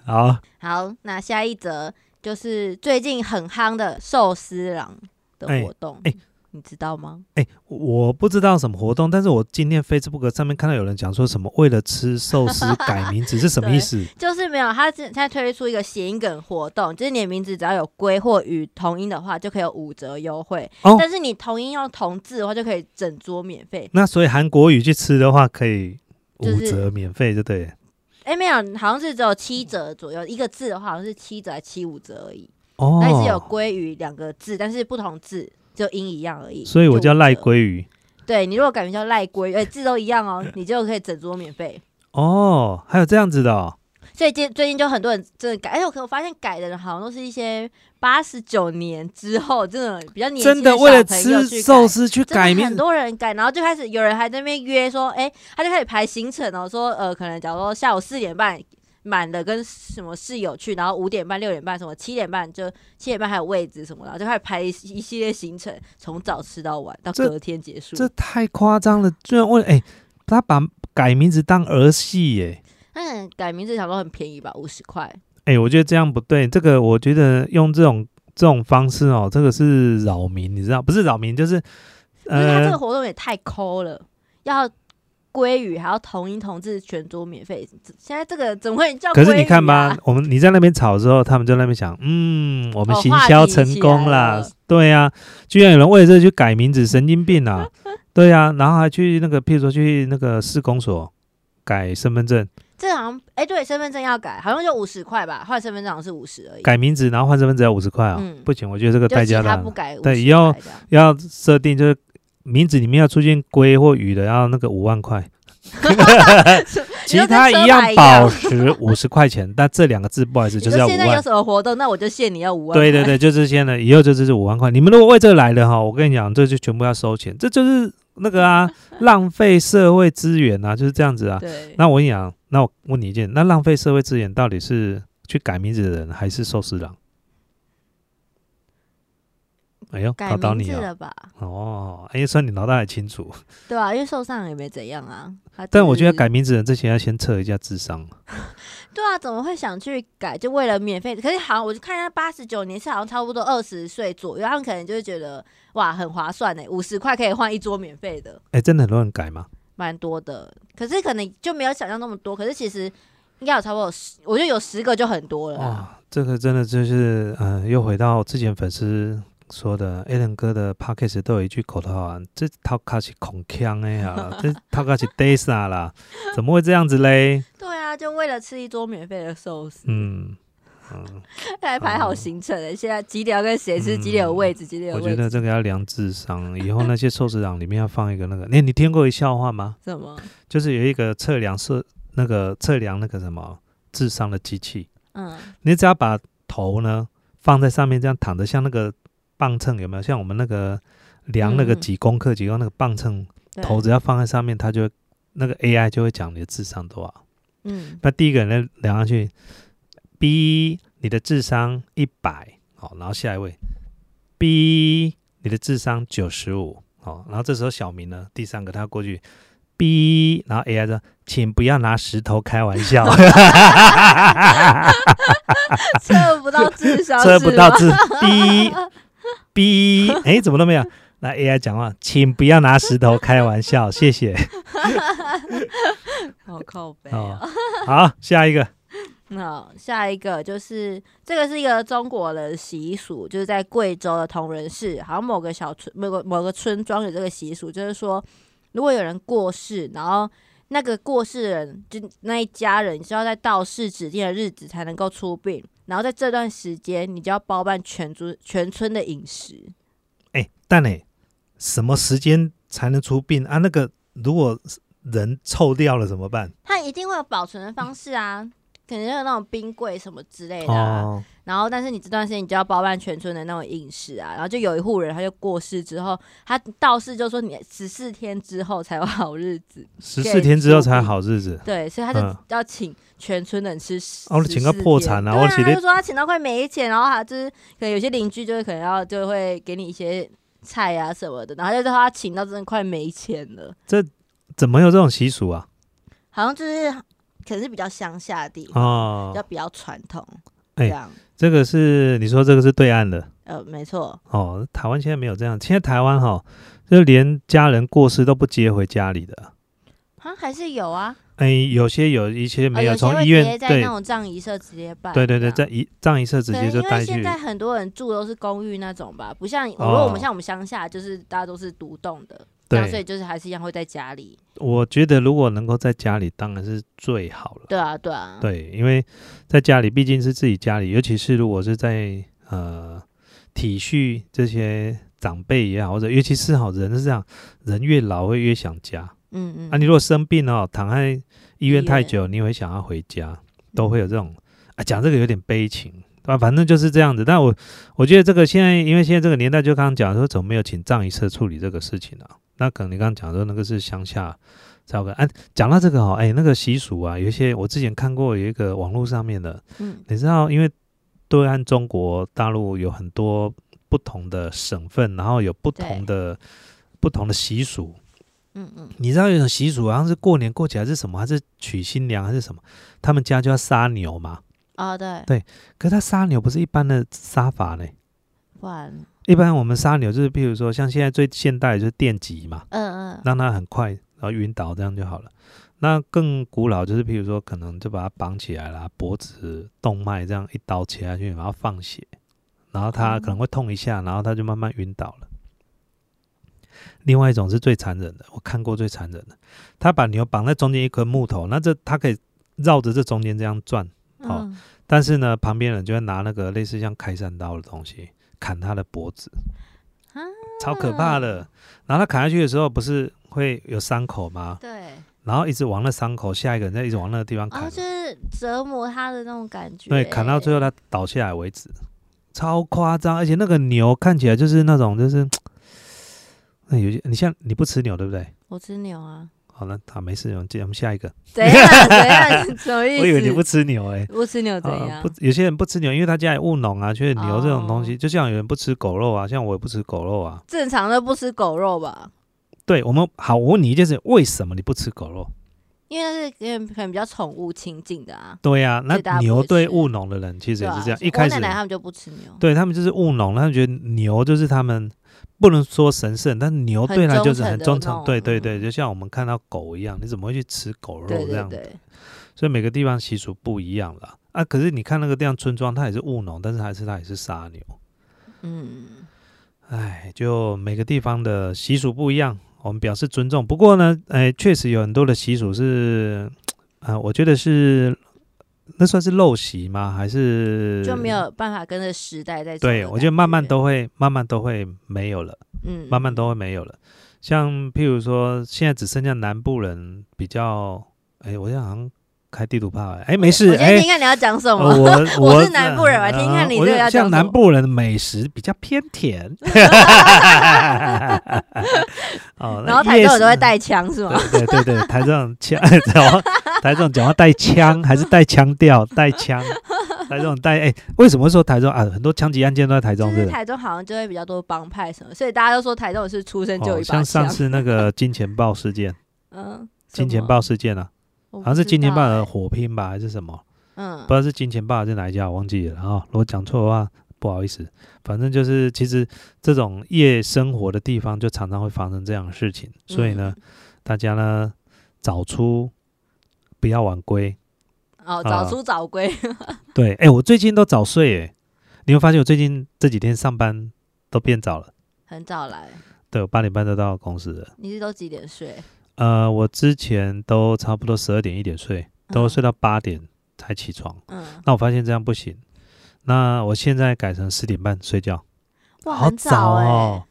Speaker 1: 好，
Speaker 2: 好，那下一则就是最近很夯的寿司郎的活动，
Speaker 1: 哎哎
Speaker 2: 你知道吗？
Speaker 1: 哎，我不知道什么活动，但是我今天 Facebook 上面看到有人讲说什么为了吃寿司改名字是什么意思？
Speaker 2: 就是没有，他现在推出一个谐音梗活动，就是你的名字只要有“龟”或“与”同音的话，就可以有五折优惠。
Speaker 1: 哦
Speaker 2: 但是你同音要同字的话，就可以整桌免费。
Speaker 1: 那所以韩国语去吃的话，可以五
Speaker 2: 就
Speaker 1: 折免费，就对了。
Speaker 2: 哎、没有，好像是只有七折左右，一个字的话好像是七折还七五折而已。
Speaker 1: 哦，
Speaker 2: 但是有“龟与”两个字，但是不同字。就音一样而已，
Speaker 1: 所以我
Speaker 2: 就
Speaker 1: 叫
Speaker 2: 五
Speaker 1: 赖
Speaker 2: 折。
Speaker 1: 鲑鱼。
Speaker 2: 对你如果改名叫赖龟，哎、字都一样哦，你就可以整桌免费。
Speaker 1: 哦，还有这样子的哦。
Speaker 2: 所以今最近就很多人真的改，而且我可我发现改的人好像都是一些八十九年之后这种比较年轻
Speaker 1: 真的
Speaker 2: 小
Speaker 1: 为了
Speaker 2: 朋友
Speaker 1: 吃
Speaker 2: 去
Speaker 1: 寿
Speaker 2: 改
Speaker 1: 司去
Speaker 2: 真的
Speaker 1: 改名
Speaker 2: 很
Speaker 1: 字？
Speaker 2: 多人改，然后就开始有人还在那边约说，哎、他就开始排行程哦，说呃，可能假如说下午四点半满了跟什么室友去，然后五点半、六点半什么，七点半就七点半还有位置什么的，然后就开始排一一系列行程，从早吃到晚，到
Speaker 1: 这
Speaker 2: 隔天结束。
Speaker 1: 这太夸张了！居然为哎，他把改名字当儿戏耶。
Speaker 2: 嗯，改名字想说很便宜吧，五十块。
Speaker 1: 哎，我觉得这样不对。这个我觉得用这种这种方式哦，这个是扰民，你知道？不是扰民，就是
Speaker 2: 因为他这
Speaker 1: 呃
Speaker 2: 个，活动也太抠了，要鲑鱼还要同音同字全桌免费，这现在这个怎么会叫、啊
Speaker 1: 可是你看吧，，我们你在那边吵的时候，他们就在那边想，嗯，我们
Speaker 2: 哦
Speaker 1: 行
Speaker 2: 话
Speaker 1: 销
Speaker 2: 题
Speaker 1: 成
Speaker 2: 起
Speaker 1: 功
Speaker 2: 来
Speaker 1: 啦，
Speaker 2: 了
Speaker 1: 对呀、居然有人为了这去改名字，神经病 啊！对呀、然后还去那个，譬如说去那个市公所改身份证，
Speaker 2: 这好像哎、对，身份证要改，好像就五十块吧，换身份证好像是五十而已。
Speaker 1: 改名字，然后换身份证要五十块啊，
Speaker 2: 嗯
Speaker 1: 不行，我觉得这个
Speaker 2: 就
Speaker 1: 代
Speaker 2: 其
Speaker 1: 价
Speaker 2: 他
Speaker 1: 大
Speaker 2: 不，改50块
Speaker 1: 对要
Speaker 2: 这样
Speaker 1: 要设定就是名字里面要出现龟或鱼的，要那个五万块。其
Speaker 2: 跟
Speaker 1: 他
Speaker 2: 车
Speaker 1: 一样
Speaker 2: 牌一
Speaker 1: 保
Speaker 2: 样
Speaker 1: 持五十块钱，但这两个字不好意思，
Speaker 2: 你
Speaker 1: 就是
Speaker 2: 说
Speaker 1: 要
Speaker 2: 现
Speaker 1: 五
Speaker 2: 在有
Speaker 1: 万。
Speaker 2: 什么活动，那我就限你要五万。
Speaker 1: 对对，对，就这些呢，以后就这是五万块。你们如果为这个来的哈，我跟你讲，这就全部要收钱，这就是那个 啊，浪费社会资源啊，就是这样子啊。
Speaker 2: 对，
Speaker 1: 那我跟你讲，那我问你一件，那浪费社会资源到底是去改名字的人，还是寿司郎？哎呦，
Speaker 2: 改
Speaker 1: 考倒
Speaker 2: 名
Speaker 1: 你
Speaker 2: 字
Speaker 1: 了、
Speaker 2: 了吧？
Speaker 1: 哦！哎，算你脑袋很清楚，
Speaker 2: 对啊，因为受伤也没怎样啊。他只
Speaker 1: 但我觉得
Speaker 2: 是
Speaker 1: 改名字的人之前要先测一下智商。
Speaker 2: 对啊，怎么会想去改？就为了免费？可是好像我就看一下八十九年是好像差不多二十岁左右，他们可能就会觉得哇很划算呢，五十块可以换一桌免费的，
Speaker 1: 哎、真的很多人改吗？
Speaker 2: 蛮多的。可是可能就没有想象那么多，可是其实应该有差不多有十，我觉得有十个就很多了啦。
Speaker 1: 哇，这个真的就是，嗯、又回到之前粉丝说的，Alan 哥的 p o c k e t 都有一句口头啊，这头卡是孔腔哎呀，这头卡是 d a s a 啦，怎么会这样子嘞？
Speaker 2: 对啊，就为了吃一桌免费的寿司，
Speaker 1: 嗯嗯，
Speaker 2: 还排好行程呢。现在几点要跟谁吃，
Speaker 1: 嗯
Speaker 2: 几点有位置，几点有
Speaker 1: 我
Speaker 2: 位
Speaker 1: 觉
Speaker 2: 置
Speaker 1: 得，这个要量智商，以后那些寿司郎里面要放一个那个，你你听过一笑话吗？
Speaker 2: 什么？
Speaker 1: 就是有一个测量是那个测量那个什么智商的机器，
Speaker 2: 嗯，
Speaker 1: 你只要把头呢放在上面，这样躺着，像那个磅秤有没有？像我们那个量那个
Speaker 2: 嗯嗯
Speaker 1: 几公克、几公克那个磅秤，
Speaker 2: 对
Speaker 1: 头只要放在上面，它就会那个 AI 就会讲你的智商多少。
Speaker 2: 嗯，
Speaker 1: 那第一个人量上去，B 你的智商一百，好，然后下一位，B 你的智商九十五，好，然后这时候小明呢，第三个他过去，B，然后 AI 说，请不要拿石头开玩笑，，
Speaker 2: 测不到智商
Speaker 1: 测不到
Speaker 2: 是吗
Speaker 1: 字，B B，哎，怎么都没有。那 AI 讲话，请不要拿石头开玩笑，谢谢。
Speaker 2: 好靠背啊。
Speaker 1: 哦，好，下一个，
Speaker 2: 那嗯下一个就是这个是一个中国的习俗，就是在贵州的铜仁市，好像某个小村、某个某个村庄有这个习俗，就是说如果有人过世，然后那个过世的人就那一家人，就要在道士指定的日子才能够出殡，然后在这段时间你就要包办全村全村的饮食。
Speaker 1: 哎，蛋哎，什么时间才能出殡啊？那个如果人臭掉了怎么办？
Speaker 2: 它一定会有保存的方式啊，可能有那种冰柜什么之类的、啊。
Speaker 1: 哦，
Speaker 2: 然后，但是你这段时间你就要包办全村的那种饮食啊。然后就有一户人他就过世之后，他道士就说你十四天之后才有好日 子，
Speaker 1: 十四天之后才好日子。
Speaker 2: 对，所以他就
Speaker 1: 嗯
Speaker 2: 要请全村的人吃十。
Speaker 1: 哦你请个破产啊
Speaker 2: 14
Speaker 1: 我
Speaker 2: 天
Speaker 1: 请
Speaker 2: 对啊，
Speaker 1: 你
Speaker 2: 他就说他请到快没钱，然后他就是可能有些邻居就是可能要就会给你一些菜啊什么的，然后就说他请到真的快没钱了，
Speaker 1: 怎么有这种习俗啊？
Speaker 2: 好像就是可能是比较乡下的地方，比较
Speaker 1: 哦，
Speaker 2: 比较传统这
Speaker 1: 哎
Speaker 2: 样。
Speaker 1: 这个是你说这个是对岸的
Speaker 2: 呃，没错，
Speaker 1: 哦，台湾现在没有这样，现在台湾哈、哦，就连家人过世都不接回家里的。
Speaker 2: 好像还是有啊。
Speaker 1: 哎，有些有一些
Speaker 2: 哦
Speaker 1: 没有，
Speaker 2: 些会
Speaker 1: 从医
Speaker 2: 直
Speaker 1: 院
Speaker 2: 接在
Speaker 1: 对
Speaker 2: 那种葬仪社直接办这
Speaker 1: 对
Speaker 2: 样。
Speaker 1: 对对，在一葬仪社直
Speaker 2: 可
Speaker 1: 接
Speaker 2: 能
Speaker 1: 就
Speaker 2: 因
Speaker 1: 带
Speaker 2: 为
Speaker 1: 去
Speaker 2: 现，在很多人住都是公寓那种吧，不像如果我们
Speaker 1: 哦
Speaker 2: 像我们乡下，就是大家都是独栋的，这样所以
Speaker 1: 对，
Speaker 2: 就是还是一样会在家里。
Speaker 1: 我觉得如果能够在家里当然是最好了，
Speaker 2: 对啊，对啊，
Speaker 1: 对，因为在家里毕竟是自己家里，尤其是如果是在呃体恤这些长辈也好，或者尤其是好人是这样，人越老会越想家
Speaker 2: 嗯嗯，
Speaker 1: 啊，你如果生病哦，躺在医院
Speaker 2: 医
Speaker 1: 太
Speaker 2: 院
Speaker 1: 久，你会想要回家，都会有这种啊，讲这个有点悲情，对吧？反正就是这样子。但我我觉得这个现在，因为现在这个年代，就刚刚讲说，怎么没有请葬仪社处理这个事情啊？那可能你刚刚讲说那个是乡下才有个，哎、讲到这个哦，哎，那个习俗啊，有一些我之前看过有一个网络上面的，
Speaker 2: 嗯
Speaker 1: 你知道，因为对岸中国大陆有很多不同的省份，然后有不同的不同的习俗，
Speaker 2: 嗯嗯，
Speaker 1: 你知道有种习俗，好像是过年过节还是什么，还是娶新娘还是什么，他们家就要杀牛嘛。
Speaker 2: 哦对，
Speaker 1: 可是他杀牛不是一般的杀法呢，
Speaker 2: 不然，
Speaker 1: 一般我们杀牛就是，譬如说像现在最现代的就是电击嘛，
Speaker 2: 嗯嗯，
Speaker 1: 让它很快然后晕倒这样就好了。那更古老就是，譬如说可能就把它绑起来啦，脖子动脉这样一刀切下去，然后放血，然后它
Speaker 2: 哦
Speaker 1: 可能会痛一下，然后它就慢慢晕倒了。另外一种是最残忍的，我看过最残忍的，他把牛绑在中间一根木头，那这它可以绕着这中间这样转，好
Speaker 2: 嗯，
Speaker 1: 但是呢，旁边人就会拿那个类似像开山刀的东西砍他的脖子，
Speaker 2: 啊
Speaker 1: 超可怕的。然后他砍下去的时候，不是会有伤口吗？
Speaker 2: 对，
Speaker 1: 然后一直往那伤口，下一个人再一直往那个地方砍，
Speaker 2: 哦就是折磨他的那种感觉，
Speaker 1: 对，
Speaker 2: 欸
Speaker 1: 砍到最后他倒下来为止，超夸张。而且那个牛看起来就是那种就是，那有些你像你不吃牛对不对？
Speaker 2: 我吃牛啊，
Speaker 1: 好了，那、啊、没事，我们接我们下一个。
Speaker 2: 怎 样怎样，什么意思？
Speaker 1: 我以为你不吃牛哎、欸。
Speaker 2: 不吃牛怎
Speaker 1: 啊
Speaker 2: 样？
Speaker 1: 不，有些人不吃牛，因为他家里务农啊，觉得牛这种东西，
Speaker 2: 哦
Speaker 1: 就像有人不吃狗肉啊，像我也不吃狗肉啊。
Speaker 2: 正常的不吃狗肉吧？
Speaker 1: 对我们好，我问你一件事，为什么你不吃狗肉？
Speaker 2: 因为那是因为可能比较宠物亲近的啊。
Speaker 1: 对呀、
Speaker 2: 所以大家
Speaker 1: 那
Speaker 2: 不会
Speaker 1: 牛对
Speaker 2: 吃
Speaker 1: 务农的人其实
Speaker 2: 对
Speaker 1: 也是
Speaker 2: 啊
Speaker 1: 这样，
Speaker 2: 像
Speaker 1: 一开
Speaker 2: 我
Speaker 1: 始
Speaker 2: 奶奶他们就不吃牛，
Speaker 1: 对他们就是务农，他们觉得牛就是他们不能说神圣，但牛
Speaker 2: 很
Speaker 1: 对他
Speaker 2: 忠
Speaker 1: 就是
Speaker 2: 诚
Speaker 1: 很
Speaker 2: 的
Speaker 1: 忠
Speaker 2: 那
Speaker 1: 诚
Speaker 2: 种。嗯
Speaker 1: 对对对，就像我们看到狗一样，你怎么会去吃狗肉
Speaker 2: 对
Speaker 1: 这
Speaker 2: 对
Speaker 1: 样？
Speaker 2: 对，
Speaker 1: 所以每个地方习俗不一样啦。啊，可是你看那个地方村庄，它也是务农，但是还是它也是杀牛。
Speaker 2: 嗯，
Speaker 1: 哎，就每个地方的习俗不一样，我们表示尊重。不过呢，哎，确实有很多的习俗是，啊、我觉得是那算是陋习吗？还是
Speaker 2: 就没？有办法跟着时代在走的感。
Speaker 1: 对，我觉得慢慢都会，慢慢都会没有了。
Speaker 2: 嗯，
Speaker 1: 慢慢都会没有了。像譬如说，现在只剩下南部人比较，哎、我现在好像开地图炮、哎，哎、没事，
Speaker 2: 我今
Speaker 1: 哎、
Speaker 2: 天应该你要讲什
Speaker 1: 呃
Speaker 2: 么？
Speaker 1: 我
Speaker 2: 我是南部人嘛
Speaker 1: 呃
Speaker 2: 听听看你
Speaker 1: 我
Speaker 2: 这
Speaker 1: 就
Speaker 2: 个要讲
Speaker 1: 像
Speaker 2: 什
Speaker 1: 南
Speaker 2: 么
Speaker 1: 部人的美食比较偏 甜。哦，那
Speaker 2: 然后台
Speaker 1: 夜
Speaker 2: 中
Speaker 1: 市
Speaker 2: 人都会。带枪是吗？
Speaker 1: 对对对对，台中人腔， 讲话台中人讲话带腔，还是带腔调，带腔。台中人带哎、为什么会说台中啊？很多枪击案件都在台中，
Speaker 2: 就
Speaker 1: 对不
Speaker 2: 是
Speaker 1: 对？
Speaker 2: 台中好像就会比较多帮派什么，所以大家都说台中是出生就有
Speaker 1: 哦，
Speaker 2: 一把
Speaker 1: 像上
Speaker 2: 枪。
Speaker 1: 次那个金钱豹事 件，
Speaker 2: 嗯，什
Speaker 1: 金钱
Speaker 2: 么
Speaker 1: 豹事件啊，
Speaker 2: 我不
Speaker 1: 好像是
Speaker 2: 知
Speaker 1: 金钱
Speaker 2: 道
Speaker 1: 豹
Speaker 2: 欸
Speaker 1: 的火拼吧，还是什么？
Speaker 2: 嗯
Speaker 1: 不知，道是金钱豹还是哪一家，我忘记了啊、如果讲错的话，不好意思。反正就是，其实这种夜生活的地方，就常常会发生这样的事情。所
Speaker 2: 嗯
Speaker 1: 以呢，大家呢早出，不要晚归。啊
Speaker 2: 哦，早出早归，
Speaker 1: 对，哎、我最近都早睡，哎，你会发现我最近这几天上班都变早了。
Speaker 2: 很早来。
Speaker 1: 对，我八点半就到公司了。
Speaker 2: 你是都几点睡？
Speaker 1: 呃，我之前都差不多十二点一点睡，都
Speaker 2: 嗯
Speaker 1: 睡到八点才起床。
Speaker 2: 嗯，
Speaker 1: 那我发现这样不行，那我现在改成十点半睡觉，
Speaker 2: 哇，
Speaker 1: 好
Speaker 2: 很早哎、
Speaker 1: 哦，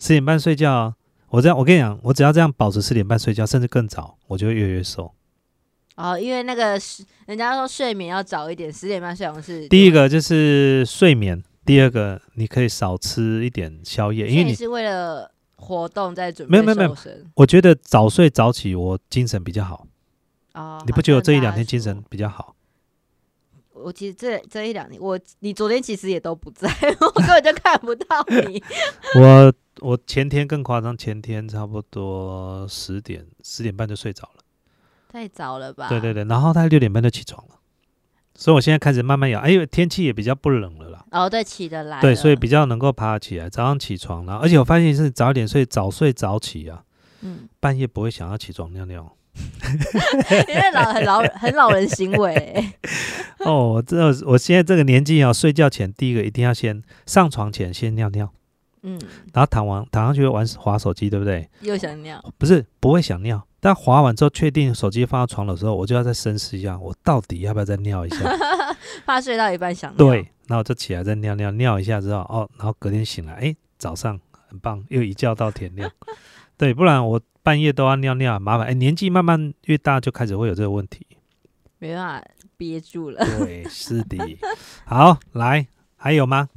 Speaker 1: 十点半睡觉。啊我这样，我跟你讲，我只要这样保持十点半睡觉，甚至更早，我就会越来越瘦。
Speaker 2: 哦，因为那个是人家说睡眠要早一点，十点半睡好像是
Speaker 1: 第一
Speaker 2: 个，
Speaker 1: 个就是睡眠，第二个你可以少吃一点宵夜，
Speaker 2: 所
Speaker 1: 因为
Speaker 2: 以
Speaker 1: 你
Speaker 2: 是为了活动在准
Speaker 1: 没有
Speaker 2: 备
Speaker 1: 没有没有
Speaker 2: 瘦身
Speaker 1: 我觉得早睡早起，我精神比较好。
Speaker 2: 哦。
Speaker 1: 你
Speaker 2: 好
Speaker 1: 不觉得我
Speaker 2: 像
Speaker 1: 这一
Speaker 2: 大
Speaker 1: 两
Speaker 2: 家
Speaker 1: 天精
Speaker 2: 说
Speaker 1: 神？比较好？
Speaker 2: 我其实这这一两天，我你昨天其实也都不在， 我根本就看不到你。
Speaker 1: 我我前天更夸张，前天差不多十点十点半就睡着了。
Speaker 2: 太早了吧？
Speaker 1: 对对。对，然后他六点半就起床了，所以我现在开始慢慢养，哎因为天气也比较不冷了啦，
Speaker 2: 哦，对，起得来了。
Speaker 1: 对，所以比较能够爬起来，早上起床啦，而且我发现是早点睡，早睡早起啊，
Speaker 2: 嗯，
Speaker 1: 半夜不会想要起床尿尿。
Speaker 2: 因为老很老很老人行为欸、
Speaker 1: 哦，我这我现在这个年纪啊，睡觉前第一个一定要先上床前先尿尿，
Speaker 2: 嗯，
Speaker 1: 然后躺完躺上去玩滑手机，对不对？
Speaker 2: 又想尿。
Speaker 1: 不是不会想尿，但滑完之后确定手机放到床的时候，我就要再深思一下，我到底要不要再尿一下。
Speaker 2: 怕睡到一半想尿。
Speaker 1: 对，然后就起来再尿尿，尿一下之后，哦，然后隔天醒来，哎，早上很棒，又一觉到天 亮。对，不然我半夜都要尿尿，很麻烦。哎，年纪慢慢越大，就开始会有这个问 题。
Speaker 2: 没办法憋住了。
Speaker 1: 对，是的。好，来，还有吗？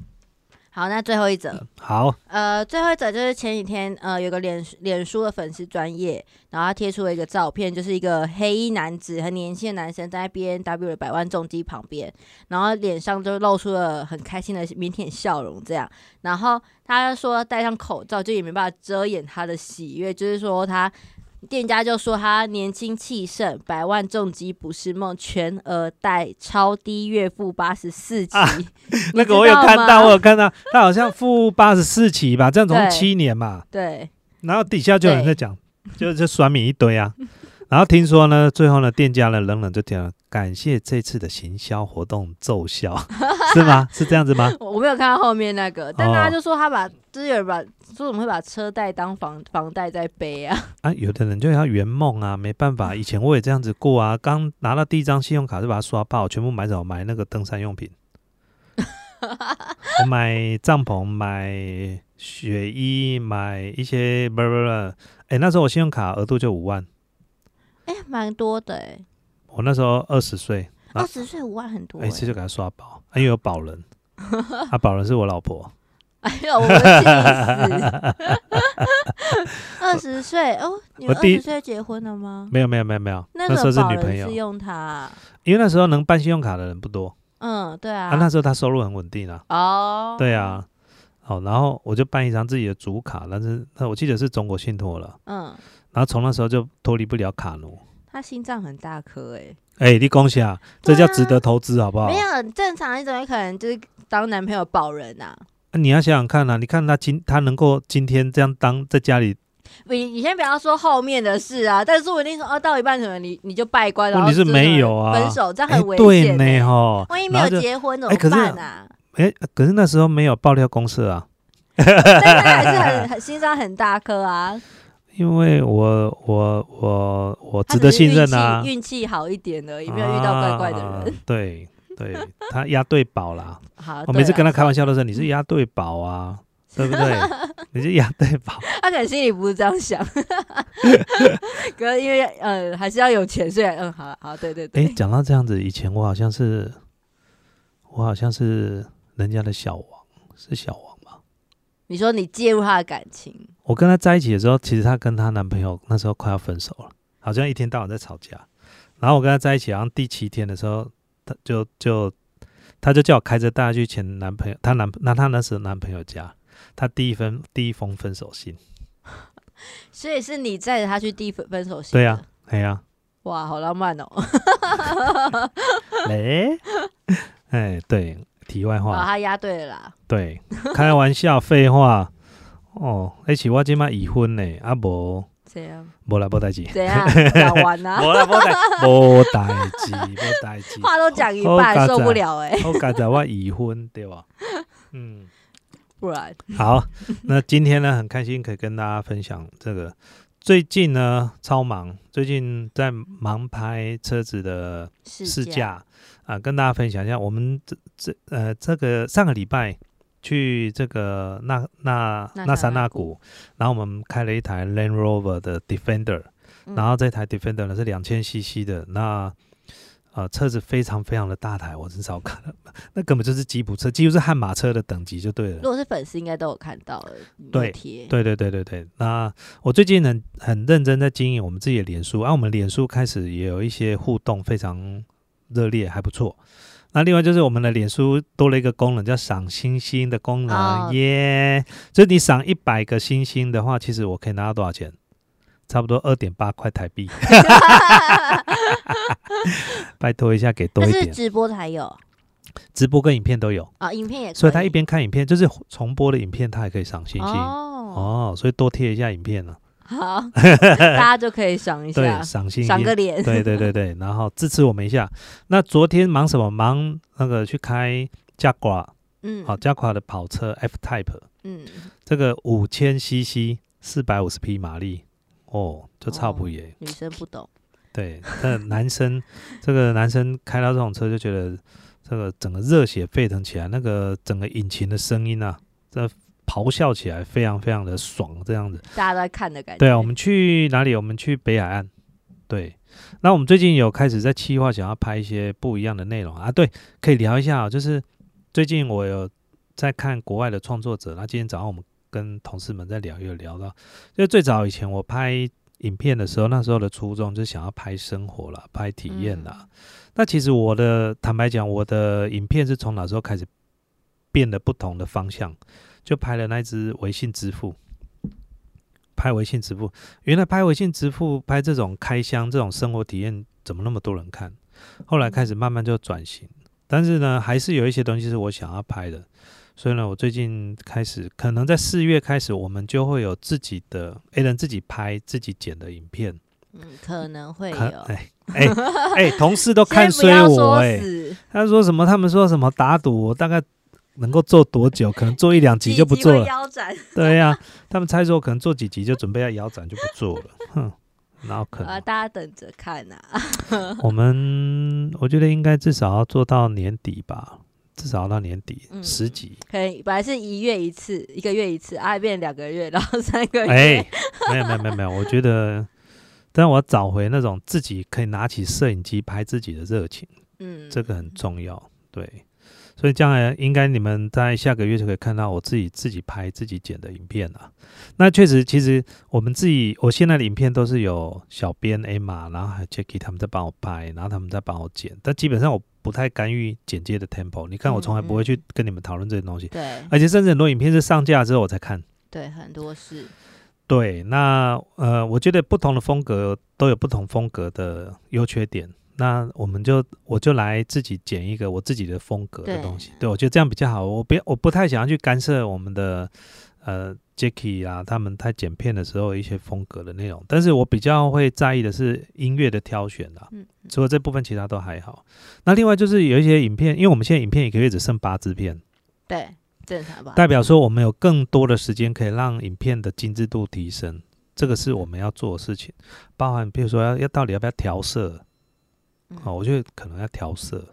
Speaker 2: 好，那最后一则，
Speaker 1: 好，
Speaker 2: 呃，最后一则就是前几天呃有个脸脸书的粉丝专业，然后他贴出了一个照片，就是一个黑衣男子，很年轻的男生站在 B N W 的百万重机旁边，然后脸上就露出了很开心的腼腆笑容，这样。然后他说戴上口罩就也没办法遮掩他的喜悦，就是说他。店家就说他年轻气盛，百万重击不是梦，全额贷超低月付八十四期。
Speaker 1: 啊
Speaker 2: 你
Speaker 1: 那个
Speaker 2: 知
Speaker 1: 我有
Speaker 2: 道
Speaker 1: 看到，
Speaker 2: 吗
Speaker 1: 我有看到，他好像负八十四期吧，这样总共
Speaker 2: 对
Speaker 1: 七年嘛，
Speaker 2: 对，
Speaker 1: 然后底下就有人在
Speaker 2: 对
Speaker 1: 讲，就就酸米一堆啊。 然后听说呢，最后呢，店家呢冷冷就讲，感谢这次的行销活动奏效，是吗？是这样子吗？
Speaker 2: 我我没有看到后面那个，但大
Speaker 1: 哦
Speaker 2: 家就说他把，就是有人把说怎么会把车贷当房房贷在背啊？
Speaker 1: 啊，有的人就要圆梦啊，没办法，以前我也这样子过啊。刚拿到第一张信用卡就把它刷爆，全部买什么？买那个登山用品，我买帐篷，买雪衣，买一些不不不，哎，那时候我信用卡额度就五万，
Speaker 2: 哎、蛮多的哎、
Speaker 1: 我那时候二十岁，啊
Speaker 2: 二十岁五万很多、
Speaker 1: 哎，
Speaker 2: 欸
Speaker 1: 一。次就给他刷爆，啊因为有保 人，啊，保人是我老婆，
Speaker 2: 哎呦，我气死！二十岁哦，你们
Speaker 1: 我
Speaker 2: 二
Speaker 1: 第
Speaker 2: 十岁结婚了吗？
Speaker 1: 没有没有没有没有，那
Speaker 2: 那
Speaker 1: 时候是
Speaker 2: 保
Speaker 1: 女
Speaker 2: 人
Speaker 1: 朋友
Speaker 2: 是，用它啊、
Speaker 1: 因为那时候能办信用卡的人不多
Speaker 2: 嗯，对啊。
Speaker 1: 啊，那时候她收入很稳定啊，
Speaker 2: 哦，
Speaker 1: 对，啊，好，然后我就办一张自己的主卡，但是那我记得是中国信托了，
Speaker 2: 嗯，
Speaker 1: 然后从那时候就脱离不了卡奴，
Speaker 2: 他心脏很大颗哎、
Speaker 1: 哎、你恭喜啊，这
Speaker 2: 对
Speaker 1: 叫
Speaker 2: 啊
Speaker 1: 值得投资，好不好？
Speaker 2: 没有很正常，你怎么可能就是当男朋友保人呐、啊？
Speaker 1: 啊你要想想看啊，你看他今他能够今天这样当在家里，
Speaker 2: 你你先不要说后面的事啊，但是我一定说哦，到一半什么你你就败官，然后
Speaker 1: 问题是
Speaker 2: 真的
Speaker 1: 没有啊
Speaker 2: 分手这样
Speaker 1: 哎
Speaker 2: 很危
Speaker 1: 对
Speaker 2: 险、欸
Speaker 1: 呢哈，
Speaker 2: 万一没
Speaker 1: 然后
Speaker 2: 有
Speaker 1: 就
Speaker 2: 结婚怎
Speaker 1: 哎可
Speaker 2: 么
Speaker 1: 是
Speaker 2: 办啊？
Speaker 1: 哎，可是那时候没有爆料公社啊，
Speaker 2: 但是还是很很心脏很大颗啊，
Speaker 1: 因为我我我我
Speaker 2: 他
Speaker 1: 值得
Speaker 2: 只
Speaker 1: 信
Speaker 2: 是运
Speaker 1: 任
Speaker 2: 气
Speaker 1: 啊，
Speaker 2: 运气好一点而已，没有遇到怪怪的人。
Speaker 1: 啊对对，他押对宝啦，
Speaker 2: 好，
Speaker 1: 我每次
Speaker 2: 对啊
Speaker 1: 跟他开玩笑都是你是押对宝 啊，对不对？你是押对宝，
Speaker 2: 他可能心里不是这 样想，可是因为呃还是要有钱，虽然嗯好好对对对，
Speaker 1: 哎，讲到这样子，以前我好像是我好像是人家的小王，是小王吗？
Speaker 2: 你说你介入他的感情，
Speaker 1: 我跟她在一起的时候，其实她跟她男朋友那时候快要分手了，好像一天到晚在吵架。然后我跟她在一起，好像第七天的时候，她就就她就叫我开车带她去前男朋友，她男那她那时候男朋友家，她第一封第一封分手信。
Speaker 2: 所以是你载着他去递分分手信，
Speaker 1: 对呀、，哎 呀、
Speaker 2: 哇，好浪漫哦！
Speaker 1: 哎、 哎，对，题外
Speaker 2: 好，
Speaker 1: 话，
Speaker 2: 他押对了啦，
Speaker 1: 对，开玩笑，废话。哦，而且我今麦已婚呢，啊无
Speaker 2: 怎样
Speaker 1: 无啦无代志，
Speaker 2: 怎样搞完 啊？
Speaker 1: 无啦无代无代志，无代志。
Speaker 2: 话都讲一
Speaker 1: 好嘎
Speaker 2: 半，
Speaker 1: 仔
Speaker 2: 受不了 哎、
Speaker 1: 我感觉我已婚，对吧？嗯，
Speaker 2: 不然
Speaker 1: 好，那今天呢，很开心可以跟大家分享这个。最近呢，超忙，最近在忙拍车子的试
Speaker 2: 是这样
Speaker 1: 驾啊、跟大家分享一下。我们这这呃，这个上个礼拜去这个那那
Speaker 2: 纳
Speaker 1: 那
Speaker 2: 萨
Speaker 1: 山
Speaker 2: 那
Speaker 1: 那谷，然后我们开了一台 Land Rover 的 Defender，
Speaker 2: 嗯
Speaker 1: 然后这台 Defender 呢是两千 CC 的，那呃车子非常非常的大台，我很少看到，那根本就是吉普车，几乎是悍马车的等级就对了
Speaker 2: 如。果是粉丝，应该都有看到了你的
Speaker 1: 对
Speaker 2: 贴，
Speaker 1: 对对对对对，那我最近很很认真在经营我们自己的脸书，啊，我们脸书开始也有一些互动，非常热烈，还不错。那另外就是我们的脸书多了一个功能，叫赏星星的功
Speaker 2: 哦
Speaker 1: 能，耶、所以你赏一百个星星的话，其实我可以拿到多少钱？差不多二点八块台币，拜托一下给多
Speaker 2: 但
Speaker 1: 一
Speaker 2: 是
Speaker 1: 点。
Speaker 2: 直播才有
Speaker 1: 直播跟影片都有，
Speaker 2: 啊，影片也可
Speaker 1: 所以他一
Speaker 2: 以
Speaker 1: 边看影片，就是重播的影片，他也可以赏星星。哦，
Speaker 2: 哦，
Speaker 1: 所以多贴一下影片呢、啊
Speaker 2: 好，大家就可以想一
Speaker 1: 对
Speaker 2: 下，，
Speaker 1: 赏星
Speaker 2: 赏
Speaker 1: 星
Speaker 2: 个。脸，
Speaker 1: 对对对对，然后支持我们一下。那昨天忙什么？忙那个去开加挂，
Speaker 2: 嗯，
Speaker 1: 好加挂的跑车 F Type，
Speaker 2: 嗯，
Speaker 1: 这个五千 CC，四百五十匹马力，哦，就差不耶。
Speaker 2: 女生不懂，
Speaker 1: 对，那男生这个男生开到这种车就觉得这个整个热血沸腾起来，那个整个引擎的声音啊，这咆哮起来非常非常的爽，这样子。
Speaker 2: 大家都在看的感觉。
Speaker 1: 对啊，我们去哪里？我们去北海岸。对，那我们最近有开始在企划，想要拍一些不一样的内容啊。对，可以聊一下、哦，就是最近我有在看国外的创作者，那今天早上我们跟同事们在聊，有聊到，就最早以前我拍影片的时候，那时候的初衷就是想要拍生活啦，拍体验啦。
Speaker 2: 嗯
Speaker 1: 那其实我的坦白讲，我的影片是从哪时候开始变得不同的方向？就拍了那只微信支付，拍微信支付。原来拍微信支付、拍这种开箱、这种生活体验，怎么那么多人看？后来开始慢慢就转型，但是呢，还是有一些东西是我想要拍的。所以呢，我最近开始，可能在四月开始，我们就会有自己的 A 人自己拍、自己剪的影片。
Speaker 2: 嗯，可能会有
Speaker 1: 看，。 哎哎哎，同事都看
Speaker 2: 先不
Speaker 1: 衰
Speaker 2: 要
Speaker 1: 我
Speaker 2: 说
Speaker 1: 哎、
Speaker 2: 死，
Speaker 1: 他说什么？他们说什么打赌？我大概能够做多久？可能做一两集就不
Speaker 2: 几
Speaker 1: 做
Speaker 2: 会
Speaker 1: 了。
Speaker 2: 腰斩。
Speaker 1: 对呀、他们猜说我可能做几集就准备要腰斩就不做了。哼，然后可
Speaker 2: 啊，
Speaker 1: 能
Speaker 2: 大家等着看啊呐。
Speaker 1: 我们我觉得应该至少要做到年底吧，至少要到年底、
Speaker 2: 嗯
Speaker 1: 十集。
Speaker 2: 可能本来是一月一次，一个月一次，啊，变两个月，然后三个月。
Speaker 1: 哎，没有没有没有没有，我觉得，但我要找回那种自己可以拿起摄影机拍自己的热情。
Speaker 2: 嗯，
Speaker 1: 这个很重要，对。所以将来应该你们在下个月就可以看到我自己自己拍自己剪的影片了。那确实，其实我们自己我现在的影片都是有小编 A 马，然后还有 Jackie 他们在帮我拍，然后他们在帮我剪，但基本上我不太干预剪接的 tempo。你看我从来不会去跟你们讨论这些东西，
Speaker 2: 对
Speaker 1: 而且甚至很多影片是上架之后我才看。
Speaker 2: 对，很多事。
Speaker 1: 对，那呃，我觉得不同的风格都有不同风格的优缺点。那我们就我就来自己剪一个我自己的风格的
Speaker 2: 对
Speaker 1: 东西，对我觉得这样比较好。我不要我不太想要去干涉我们的呃 Jacky 啊，他们在剪片的时候一些风格的内容，但是我比较会在意的是音乐的挑选啊。
Speaker 2: 嗯，嗯
Speaker 1: 除了这部分，其他都还好。那另外就是有一些影片，因为我们现在影片一个月只剩八支片，
Speaker 2: 对，正常吧？
Speaker 1: 代表说我们有更多的时间可以让影片的精致度提升，这个是我们要做的事情。包含比如说要要到底要不要调色
Speaker 2: 嗯
Speaker 1: 哦，我觉得可能要调色，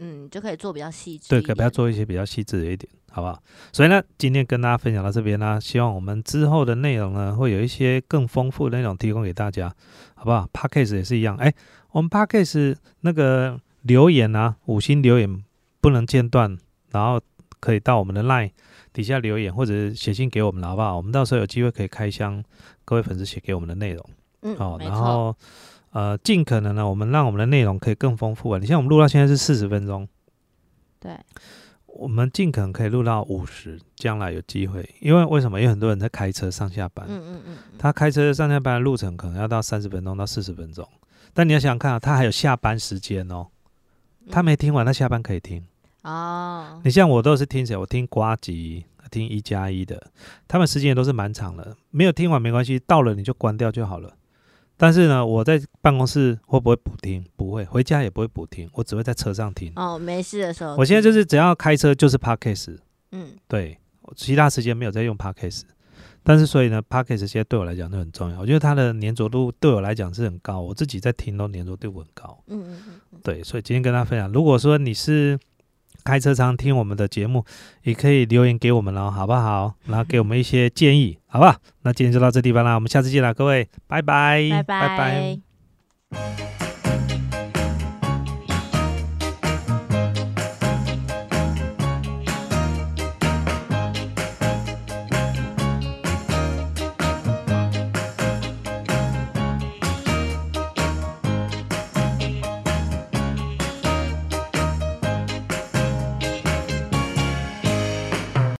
Speaker 2: 嗯，就可以做比较细致
Speaker 1: 对，
Speaker 2: 一点。
Speaker 1: 可不要做一些比较细致的一点，好不好？所以呢，今天跟大家分享到这边啦、希望我们之后的内容呢，会有一些更丰富的内容提供给大家，好不好 p a c k a g e 也是一样，哎，我们 p a c k a g e 那个留言啊，五星留言不能间断，然后可以到我们的 LINE 底下留言或者是写信给我们了，好不好？我们到时候有机会可以开箱各位粉丝写给我们的内容。
Speaker 2: 嗯，
Speaker 1: 哦，
Speaker 2: 没
Speaker 1: 然
Speaker 2: 错，
Speaker 1: 后呃，尽可能呢，我们让我们的内容可以更丰富啊。你像我们录到现在是四十分钟，
Speaker 2: 对，
Speaker 1: 啊我们尽可能可以录到五十，将来有机会，因为为什么？有很多人在开车上下班，
Speaker 2: 嗯嗯嗯嗯，
Speaker 1: 他开车上下班的路程可能要到三十分钟到四十分钟，但你要想想看啊，他还有下班时间哦，他
Speaker 2: 嗯
Speaker 1: 没听完，他下班可以听。
Speaker 2: 哦，
Speaker 1: 你像我都是听谁？我听瓜吉，听一加一的，他们时间也都是蛮长的，没有听完没关系，到了你就关掉就好了。但是呢，我在办公室会不会补听？不会，回家也不会补听，我只会在车上听。
Speaker 2: 哦，没事的时候听，
Speaker 1: 我现在就是只要开车就是 podcast，
Speaker 2: 嗯
Speaker 1: 对，我其他时间没有在用 podcast。但是所以呢，podcast 现在对我来讲都很重要，我觉得它的粘着度对我来讲是很高，我自己在听都粘着度很高。
Speaker 2: 嗯嗯嗯嗯，
Speaker 1: 对，所以今天跟大家分享，如果说你是开车常听我们的节目，也可以留言给我们了，好不好？然后给我们一些建议，好不好？那今天就到这地方啦，我们下次见啦，各位，拜拜，
Speaker 2: 拜
Speaker 1: 拜拜
Speaker 2: 拜。